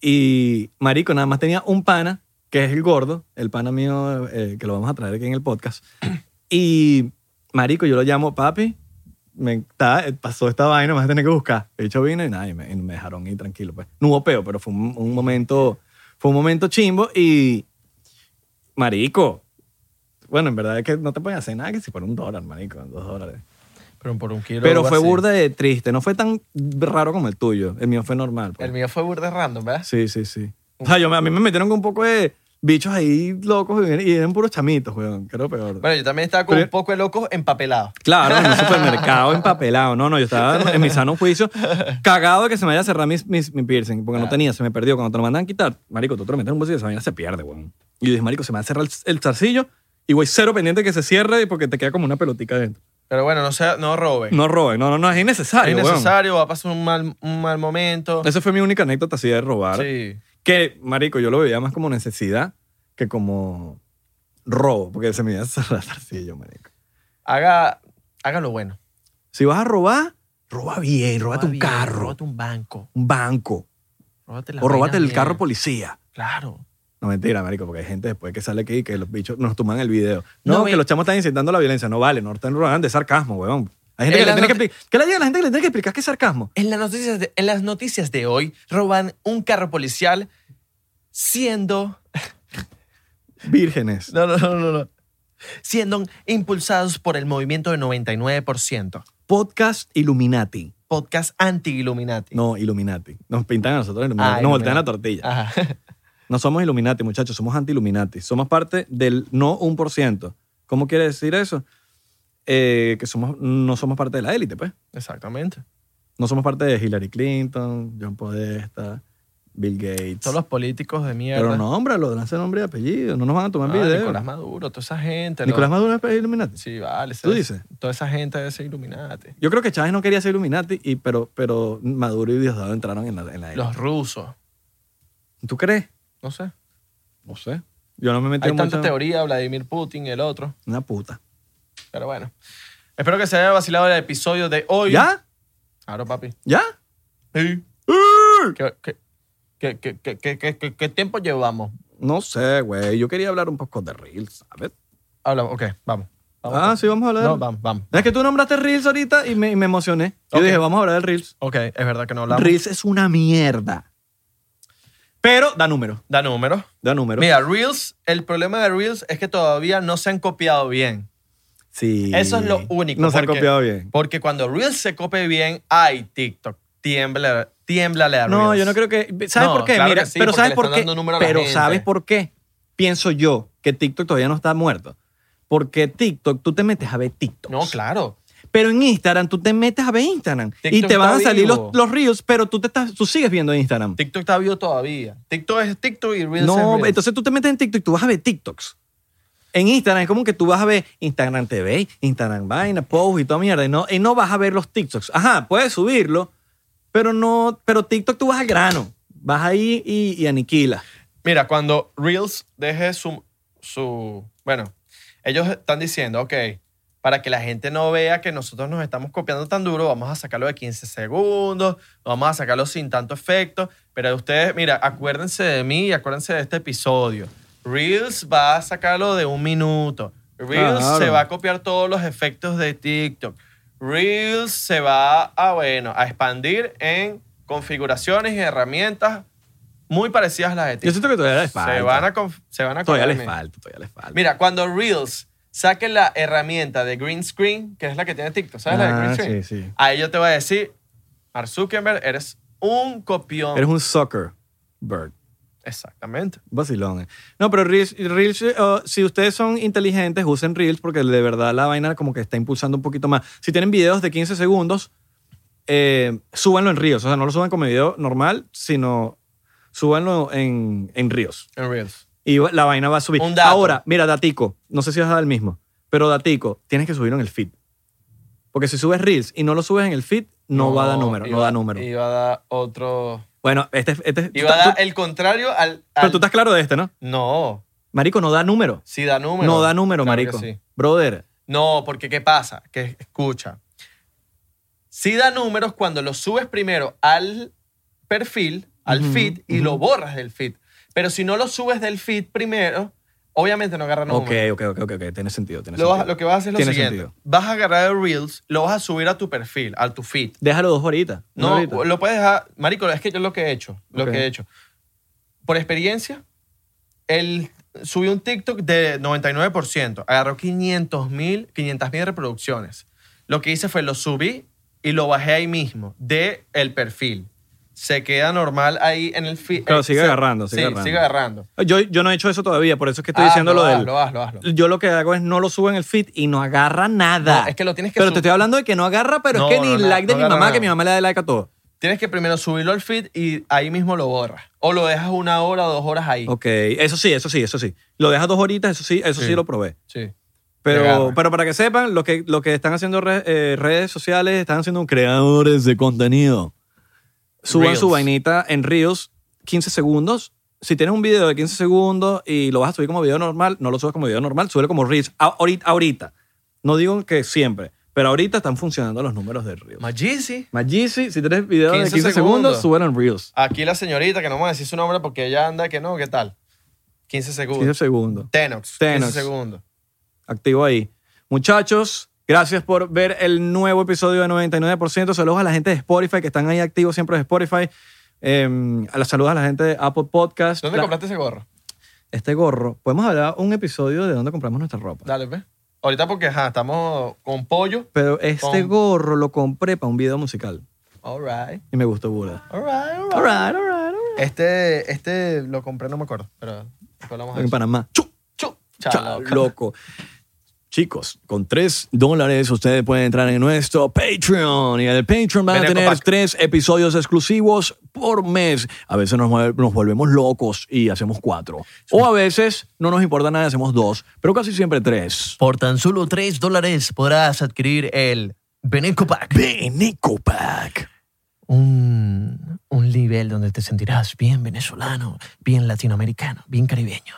[SPEAKER 3] Y marico, nada más tenía un pana, que es el gordo, el pana mío eh, que lo vamos a traer aquí en el podcast. Y marico, yo lo llamo papi, me está- pasó esta vaina, me vas a tener que buscar. De hecho vino y nada, y me, y me dejaron ir tranquilo. Pues. No hubo peo, pero fue un, un momento, fue un momento chimbo y marico. Bueno, en verdad es que no te pueden hacer nada que si por un dólar, marico, dos dólares.
[SPEAKER 2] Pero por un kilo.
[SPEAKER 3] Pero
[SPEAKER 2] algo
[SPEAKER 3] fue
[SPEAKER 2] así.
[SPEAKER 3] burda de triste. No fue tan raro como el tuyo. El mío fue normal. pues.
[SPEAKER 2] El mío fue burda random, ¿verdad?
[SPEAKER 3] Sí, sí, sí. O sea, yo, me- a mí me metieron con un poco de bichos ahí locos y eran- y eran puros chamitos, weón. Que era lo peor.
[SPEAKER 2] Bueno, yo también estaba con
[SPEAKER 3] Pero-
[SPEAKER 2] un poco de locos empapelados.
[SPEAKER 3] Claro, en un supermercado empapelado. No, no, yo estaba en mi sano juicio cagado de que se me haya cerrado mis, mis- mi piercing porque no tenía, se me perdió. Cuando te lo mandan a quitar, marico, tú te lo metes en un bolsillo y esa vaina se pierde, weón. Y yo dije, marico, se me va a cerrar el, el zarcillo y voy cero pendiente que se cierre porque te queda como una pelotica dentro.
[SPEAKER 2] Pero bueno, no, sea, no roben.
[SPEAKER 3] No roben. No, no, no, es
[SPEAKER 2] es
[SPEAKER 3] innecesario, weón.
[SPEAKER 2] necesario, va a pasar un mal, un mal momento.
[SPEAKER 3] Esa fue mi única anécdota así de robar.
[SPEAKER 2] Sí.
[SPEAKER 3] Que, marico, yo lo veía más como necesidad que como robo, porque se me iba a cerrar el zarcillo, marico.
[SPEAKER 2] Haga, haga lo bueno.
[SPEAKER 3] Si vas a robar, roba bien, roba, tu
[SPEAKER 2] Roba bien,
[SPEAKER 3] carro,
[SPEAKER 2] Róbate un banco.
[SPEAKER 3] un banco,
[SPEAKER 2] Róbate la
[SPEAKER 3] o róbate
[SPEAKER 2] vaina
[SPEAKER 3] el
[SPEAKER 2] mía.
[SPEAKER 3] carro policía.
[SPEAKER 2] Claro.
[SPEAKER 3] No, mentira, marico, porque hay gente después que sale aquí que los bichos nos toman el video. No,
[SPEAKER 2] No,
[SPEAKER 3] que
[SPEAKER 2] ve-
[SPEAKER 3] los chamos están incitando la violencia. No vale, no están robando de sarcasmo, weón. Hay gente que le
[SPEAKER 2] Es la
[SPEAKER 3] tiene que
[SPEAKER 2] noti-
[SPEAKER 3] explicar. ¿Qué le llega a la gente que le tiene que explicar qué es sarcasmo?
[SPEAKER 2] En las noticias de, en las noticias de hoy roban un carro policial siendo
[SPEAKER 3] Vírgenes.
[SPEAKER 2] no no no no, no. siendo impulsados por el movimiento de 99%,
[SPEAKER 3] Podcast Illuminati.
[SPEAKER 2] podcast anti Illuminati.
[SPEAKER 3] No, Illuminati. Nos pintan a nosotros Illuminati.
[SPEAKER 2] Ah,
[SPEAKER 3] Nos voltean
[SPEAKER 2] Illuminati.
[SPEAKER 3] la tortilla.
[SPEAKER 2] Ajá.
[SPEAKER 3] No somos Illuminati, muchachos, somos anti-Illuminati. Somos parte del no 1%. ¿Cómo quiere decir eso? Eh, que somos, no somos parte de la élite, pues.
[SPEAKER 2] Exactamente.
[SPEAKER 3] No somos parte de Hillary Clinton, John Podesta, Bill Gates.
[SPEAKER 2] Son los políticos de mierda.
[SPEAKER 3] Pero nómbralo, lance nombre y apellido. No nos van a tomar
[SPEAKER 2] Ah,
[SPEAKER 3] video.
[SPEAKER 2] Nicolás Maduro, toda esa gente. los-
[SPEAKER 3] Nicolás Maduro es Illuminati.
[SPEAKER 2] Sí, vale.
[SPEAKER 3] ¿Tú
[SPEAKER 2] ese-
[SPEAKER 3] dices?
[SPEAKER 2] Toda esa gente debe ser Illuminati.
[SPEAKER 3] Yo creo que Chávez no quería ser Illuminati, y, pero, pero Maduro y Diosdado entraron en la, en la élite.
[SPEAKER 2] Los rusos.
[SPEAKER 3] ¿Tú crees?
[SPEAKER 2] No sé.
[SPEAKER 3] No sé. Yo no me metí
[SPEAKER 2] Hay
[SPEAKER 3] mucho.
[SPEAKER 2] tanta teoría, Vladimir Putin, el otro.
[SPEAKER 3] Una puta.
[SPEAKER 2] Pero bueno. Espero que se haya vacilado el episodio de hoy.
[SPEAKER 3] ¿Ya?
[SPEAKER 2] Claro, papi.
[SPEAKER 3] ¿Ya?
[SPEAKER 2] Sí. ¿Qué, qué, qué- qué- qué- qué- qué- qué- qué tiempo llevamos?
[SPEAKER 3] No sé, güey. Yo quería hablar un poco de Reels, ¿sabes?
[SPEAKER 2] Habla, ok, vamos. Vamos.
[SPEAKER 3] Ah, sí, vamos a hablar.
[SPEAKER 2] No, vamos, vamos.
[SPEAKER 3] Es que tú nombraste Reels ahorita y me, y me emocioné. Yo
[SPEAKER 2] Ok.
[SPEAKER 3] dije, vamos a hablar de Reels.
[SPEAKER 2] Ok, es verdad que no hablamos.
[SPEAKER 3] Reels es una mierda. Pero da número.
[SPEAKER 2] Da números.
[SPEAKER 3] Da número.
[SPEAKER 2] Mira, Reels, el problema de Reels es que todavía no se han copiado bien.
[SPEAKER 3] Sí.
[SPEAKER 2] Eso es lo único,
[SPEAKER 3] No se ha
[SPEAKER 2] porque-
[SPEAKER 3] copiado bien.
[SPEAKER 2] Porque cuando Reels se copie bien, hay TikTok. Tiembla, tiémblale a Reels.
[SPEAKER 3] No, yo no creo que. ¿Sabes
[SPEAKER 2] No,
[SPEAKER 3] por qué?
[SPEAKER 2] claro
[SPEAKER 3] Mira,
[SPEAKER 2] que sí,
[SPEAKER 3] pero
[SPEAKER 2] porque
[SPEAKER 3] ¿sabes
[SPEAKER 2] le
[SPEAKER 3] por qué?
[SPEAKER 2] están dando número a la
[SPEAKER 3] Pero
[SPEAKER 2] gente.
[SPEAKER 3] ¿sabes por qué? Pienso yo que TikTok todavía no está muerto. Porque TikTok, tú te metes a ver TikTok.
[SPEAKER 2] No, claro.
[SPEAKER 3] Pero en Instagram, tú te metes a ver Instagram. y
[SPEAKER 2] TikTok
[SPEAKER 3] te van a
[SPEAKER 2] está
[SPEAKER 3] salir los,
[SPEAKER 2] vivo.
[SPEAKER 3] los Reels, pero tú, te estás, tú sigues viendo Instagram.
[SPEAKER 2] TikTok está vivo todavía. TikTok es TikTok y Reels es
[SPEAKER 3] No,
[SPEAKER 2] Reels.
[SPEAKER 3] entonces tú te metes en TikTok y tú vas a ver TikToks. En Instagram es como que tú vas a ver Instagram TV, Instagram vaina, post y toda mierda. Y no, y no vas a ver los TikToks. Ajá, puedes subirlo, pero no, pero TikTok tú vas al grano. Vas ahí y, y aniquilas.
[SPEAKER 2] Mira, cuando Reels deje su, su... Bueno, ellos están diciendo, ok, para que la gente no vea que nosotros nos estamos copiando tan duro, vamos a sacarlo de 15 segundos, vamos a sacarlo sin tanto efecto, pero ustedes, mira, acuérdense de mí y acuérdense de este episodio. Reels va a sacarlo de un minuto. Reels
[SPEAKER 3] Claro.
[SPEAKER 2] se va a copiar todos los efectos de TikTok. Reels se va a, bueno, a expandir en configuraciones y herramientas muy parecidas a las de
[SPEAKER 3] Yo
[SPEAKER 2] TikTok.
[SPEAKER 3] siento que todavía les falta.
[SPEAKER 2] Se van a, conf- se van a
[SPEAKER 3] todavía
[SPEAKER 2] acordar
[SPEAKER 3] les
[SPEAKER 2] de mí.
[SPEAKER 3] falta, todavía les falta.
[SPEAKER 2] Mira, cuando Reels saque la herramienta de green screen, que es la que tiene TikTok, ¿sabes la de green
[SPEAKER 3] Ah,
[SPEAKER 2] screen?
[SPEAKER 3] sí, sí.
[SPEAKER 2] Ahí yo te voy a decir, Mark Zuckerberg, eres un copión.
[SPEAKER 3] Eres un soccer bird.
[SPEAKER 2] Exactamente.
[SPEAKER 3] Vacilón. eh. No, pero Reels, Reels, eh, oh, si ustedes son inteligentes, usen Reels porque de verdad la vaina como que está impulsando un poquito más. Si tienen videos de 15 segundos, eh, súbanlo en Reels. O sea, no lo suban como video normal, sino súbanlo en, en Reels.
[SPEAKER 2] En Reels.
[SPEAKER 3] Y va- la vaina va a subir.
[SPEAKER 2] Un dato.
[SPEAKER 3] Ahora, mira, Datico, no sé si vas a dar el mismo, pero Datico, tienes que subirlo en el feed. Porque si subes Reels y no lo subes en el feed, no, va a dar número, no
[SPEAKER 2] iba-
[SPEAKER 3] da número.
[SPEAKER 2] Iba a dar otro...
[SPEAKER 3] bueno, este, este tú
[SPEAKER 2] Iba a
[SPEAKER 3] estás-
[SPEAKER 2] dar
[SPEAKER 3] tú-
[SPEAKER 2] el contrario al...
[SPEAKER 3] pero
[SPEAKER 2] al-
[SPEAKER 3] tú estás claro de este, ¿no?
[SPEAKER 2] No,
[SPEAKER 3] Marico, no da número.
[SPEAKER 2] sí da número.
[SPEAKER 3] No da número,
[SPEAKER 2] Claro que
[SPEAKER 3] marico.
[SPEAKER 2] sí.
[SPEAKER 3] Brother,
[SPEAKER 2] No, porque ¿qué pasa? Que escucha. Sí da números cuando lo subes primero al perfil, al
[SPEAKER 3] Ujú,
[SPEAKER 2] feed, y
[SPEAKER 3] ujú.
[SPEAKER 2] lo borras del feed. Pero si no lo subes del feed primero, obviamente no agarra números.
[SPEAKER 3] ok, ok, ok, ok, ok, tiene sentido, tiene
[SPEAKER 2] Lo, vas-
[SPEAKER 3] sentido.
[SPEAKER 2] lo que vas a hacer es lo
[SPEAKER 3] Tiene
[SPEAKER 2] siguiente.
[SPEAKER 3] sentido.
[SPEAKER 2] Vas a agarrar el Reels, lo vas a subir a tu perfil, a tu feed.
[SPEAKER 3] Déjalo dos horitas. una
[SPEAKER 2] No,
[SPEAKER 3] horita.
[SPEAKER 2] lo puedes dejar. Marico, es que yo lo que he hecho, lo
[SPEAKER 3] Ok.
[SPEAKER 2] que he hecho. Por experiencia, él subió un TikTok de 99%, agarró 500 mil reproducciones. Lo que hice fue lo subí y lo bajé ahí mismo, de el perfil. Se queda normal ahí en el feed.
[SPEAKER 3] Claro,
[SPEAKER 2] eh,
[SPEAKER 3] sigue
[SPEAKER 2] se-
[SPEAKER 3] agarrando, sigue
[SPEAKER 2] sí,
[SPEAKER 3] agarrando.
[SPEAKER 2] Sigue agarrando.
[SPEAKER 3] Yo, yo no he hecho eso todavía, por eso es que estoy
[SPEAKER 2] Ah,
[SPEAKER 3] diciendo
[SPEAKER 2] no,
[SPEAKER 3] lo del...
[SPEAKER 2] hazlo, hazlo, hazlo.
[SPEAKER 3] Yo lo que hago es no lo subo en el feed y no agarra nada.
[SPEAKER 2] No, es que lo tienes que
[SPEAKER 3] Pero
[SPEAKER 2] sub-
[SPEAKER 3] te estoy hablando de que no agarra, pero
[SPEAKER 2] No,
[SPEAKER 3] es que ni
[SPEAKER 2] no, no,
[SPEAKER 3] like de
[SPEAKER 2] no
[SPEAKER 3] mi
[SPEAKER 2] agarra
[SPEAKER 3] mamá,
[SPEAKER 2] nada.
[SPEAKER 3] que mi mamá le da like a todo.
[SPEAKER 2] Tienes que primero subirlo al feed y ahí mismo lo borras. O lo dejas una hora o dos horas ahí.
[SPEAKER 3] Ok, eso sí, eso sí, eso sí. Lo dejas dos horitas, eso sí, eso sí,
[SPEAKER 2] Sí.
[SPEAKER 3] lo probé.
[SPEAKER 2] Sí. Te
[SPEAKER 3] Pero,
[SPEAKER 2] agarra.
[SPEAKER 3] pero para que sepan, lo que, lo que están haciendo re- eh, redes sociales, están haciendo creadores de contenido. Suban
[SPEAKER 2] Reels.
[SPEAKER 3] su vainita en Reels 15 segundos. Si tienes un video de 15 segundos y lo vas a subir como video normal, no lo subas como video normal, súbelo como Reels ahorita. ahorita. No digo que siempre, Pero ahorita están funcionando los números de Reels.
[SPEAKER 2] Magisi.
[SPEAKER 3] Magisi, si tienes videos de
[SPEAKER 2] 15
[SPEAKER 3] 15 segundos,
[SPEAKER 2] segundos,
[SPEAKER 3] suben en Reels.
[SPEAKER 2] Aquí la señorita, que no me va a decir su nombre porque ella anda que no, ¿qué tal? 15 segundos.
[SPEAKER 3] 15 segundos.
[SPEAKER 2] Tenox.
[SPEAKER 3] Tenox.
[SPEAKER 2] 15 segundos.
[SPEAKER 3] activo ahí. Muchachos, gracias por ver el nuevo episodio de 99%. Saludos a la gente de Spotify que están ahí activos siempre de Spotify. Eh, a las saludos a la gente de Apple Podcast.
[SPEAKER 2] ¿Dónde
[SPEAKER 3] La-
[SPEAKER 2] compraste ese gorro?
[SPEAKER 3] Este gorro. Podemos hablar un episodio de dónde compramos nuestra ropa.
[SPEAKER 2] Dale, pues. Ahorita porque, ajá, estamos con pollo.
[SPEAKER 3] Pero este
[SPEAKER 2] Con-
[SPEAKER 3] gorro lo compré para un video musical
[SPEAKER 2] All right.
[SPEAKER 3] y me gustó burda.
[SPEAKER 2] All right, all right.
[SPEAKER 3] Alright, alright, alright.
[SPEAKER 2] Este, este lo compré, no me acuerdo, pero después hablamos de
[SPEAKER 3] En
[SPEAKER 2] eso.
[SPEAKER 3] Panamá. Chu,
[SPEAKER 2] Chu,
[SPEAKER 3] chao,
[SPEAKER 2] chao,
[SPEAKER 3] loco. Chicos, con 3 dólares ustedes pueden entrar en nuestro Patreon. Y en el Patreon van a
[SPEAKER 2] Ven,
[SPEAKER 3] tener
[SPEAKER 2] Copac.
[SPEAKER 3] tres episodios exclusivos por mes. A veces nos, mueve- nos volvemos locos y hacemos cuatro. O a veces no nos importa nada y hacemos dos, pero casi siempre tres.
[SPEAKER 5] Por tan solo 3 dólares podrás adquirir el Beneco Pack.
[SPEAKER 3] Benecopac.
[SPEAKER 5] Un, un nivel donde te sentirás bien venezolano, bien latinoamericano, bien caribeño.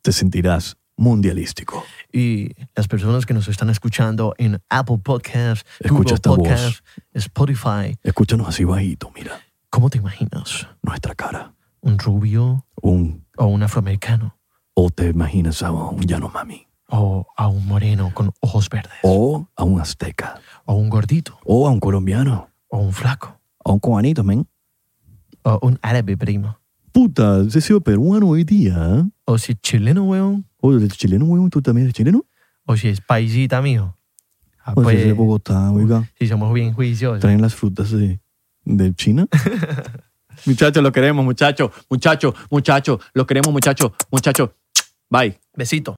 [SPEAKER 3] Te sentirás mundialístico.
[SPEAKER 5] Y las personas que nos están escuchando en Apple Podcasts,
[SPEAKER 3] Escucha
[SPEAKER 5] Google
[SPEAKER 3] esta voz.
[SPEAKER 5] Podcasts, Spotify,
[SPEAKER 3] Escúchanos así bajito, mira,
[SPEAKER 5] ¿cómo te imaginas?
[SPEAKER 3] nuestra cara.
[SPEAKER 5] ¿Un rubio
[SPEAKER 3] Un,
[SPEAKER 5] o un afroamericano?
[SPEAKER 3] o te imaginas a un Yanomami,
[SPEAKER 5] ¿O a un moreno con ojos verdes?
[SPEAKER 3] o a un azteca,
[SPEAKER 5] ¿O un gordito?
[SPEAKER 3] o a un colombiano,
[SPEAKER 5] ¿O un flaco?
[SPEAKER 3] o un cubanito, men.
[SPEAKER 5] ¿O un árabe, primo?
[SPEAKER 3] Puta, he sido peruano hoy día.
[SPEAKER 5] ¿O si es chileno, weón?
[SPEAKER 3] O el chileno, weón, tú también eres chileno.
[SPEAKER 5] ¿O si es paisita, mijo? Ah,
[SPEAKER 3] Pues,
[SPEAKER 5] pues,
[SPEAKER 3] de Bogotá, oiga.
[SPEAKER 5] si somos bien juiciosos.
[SPEAKER 3] Traen las frutas de, de China. muchachos, lo queremos, muchachos, muchachos, muchachos, lo queremos, muchachos, muchachos. Bye.
[SPEAKER 5] Besito.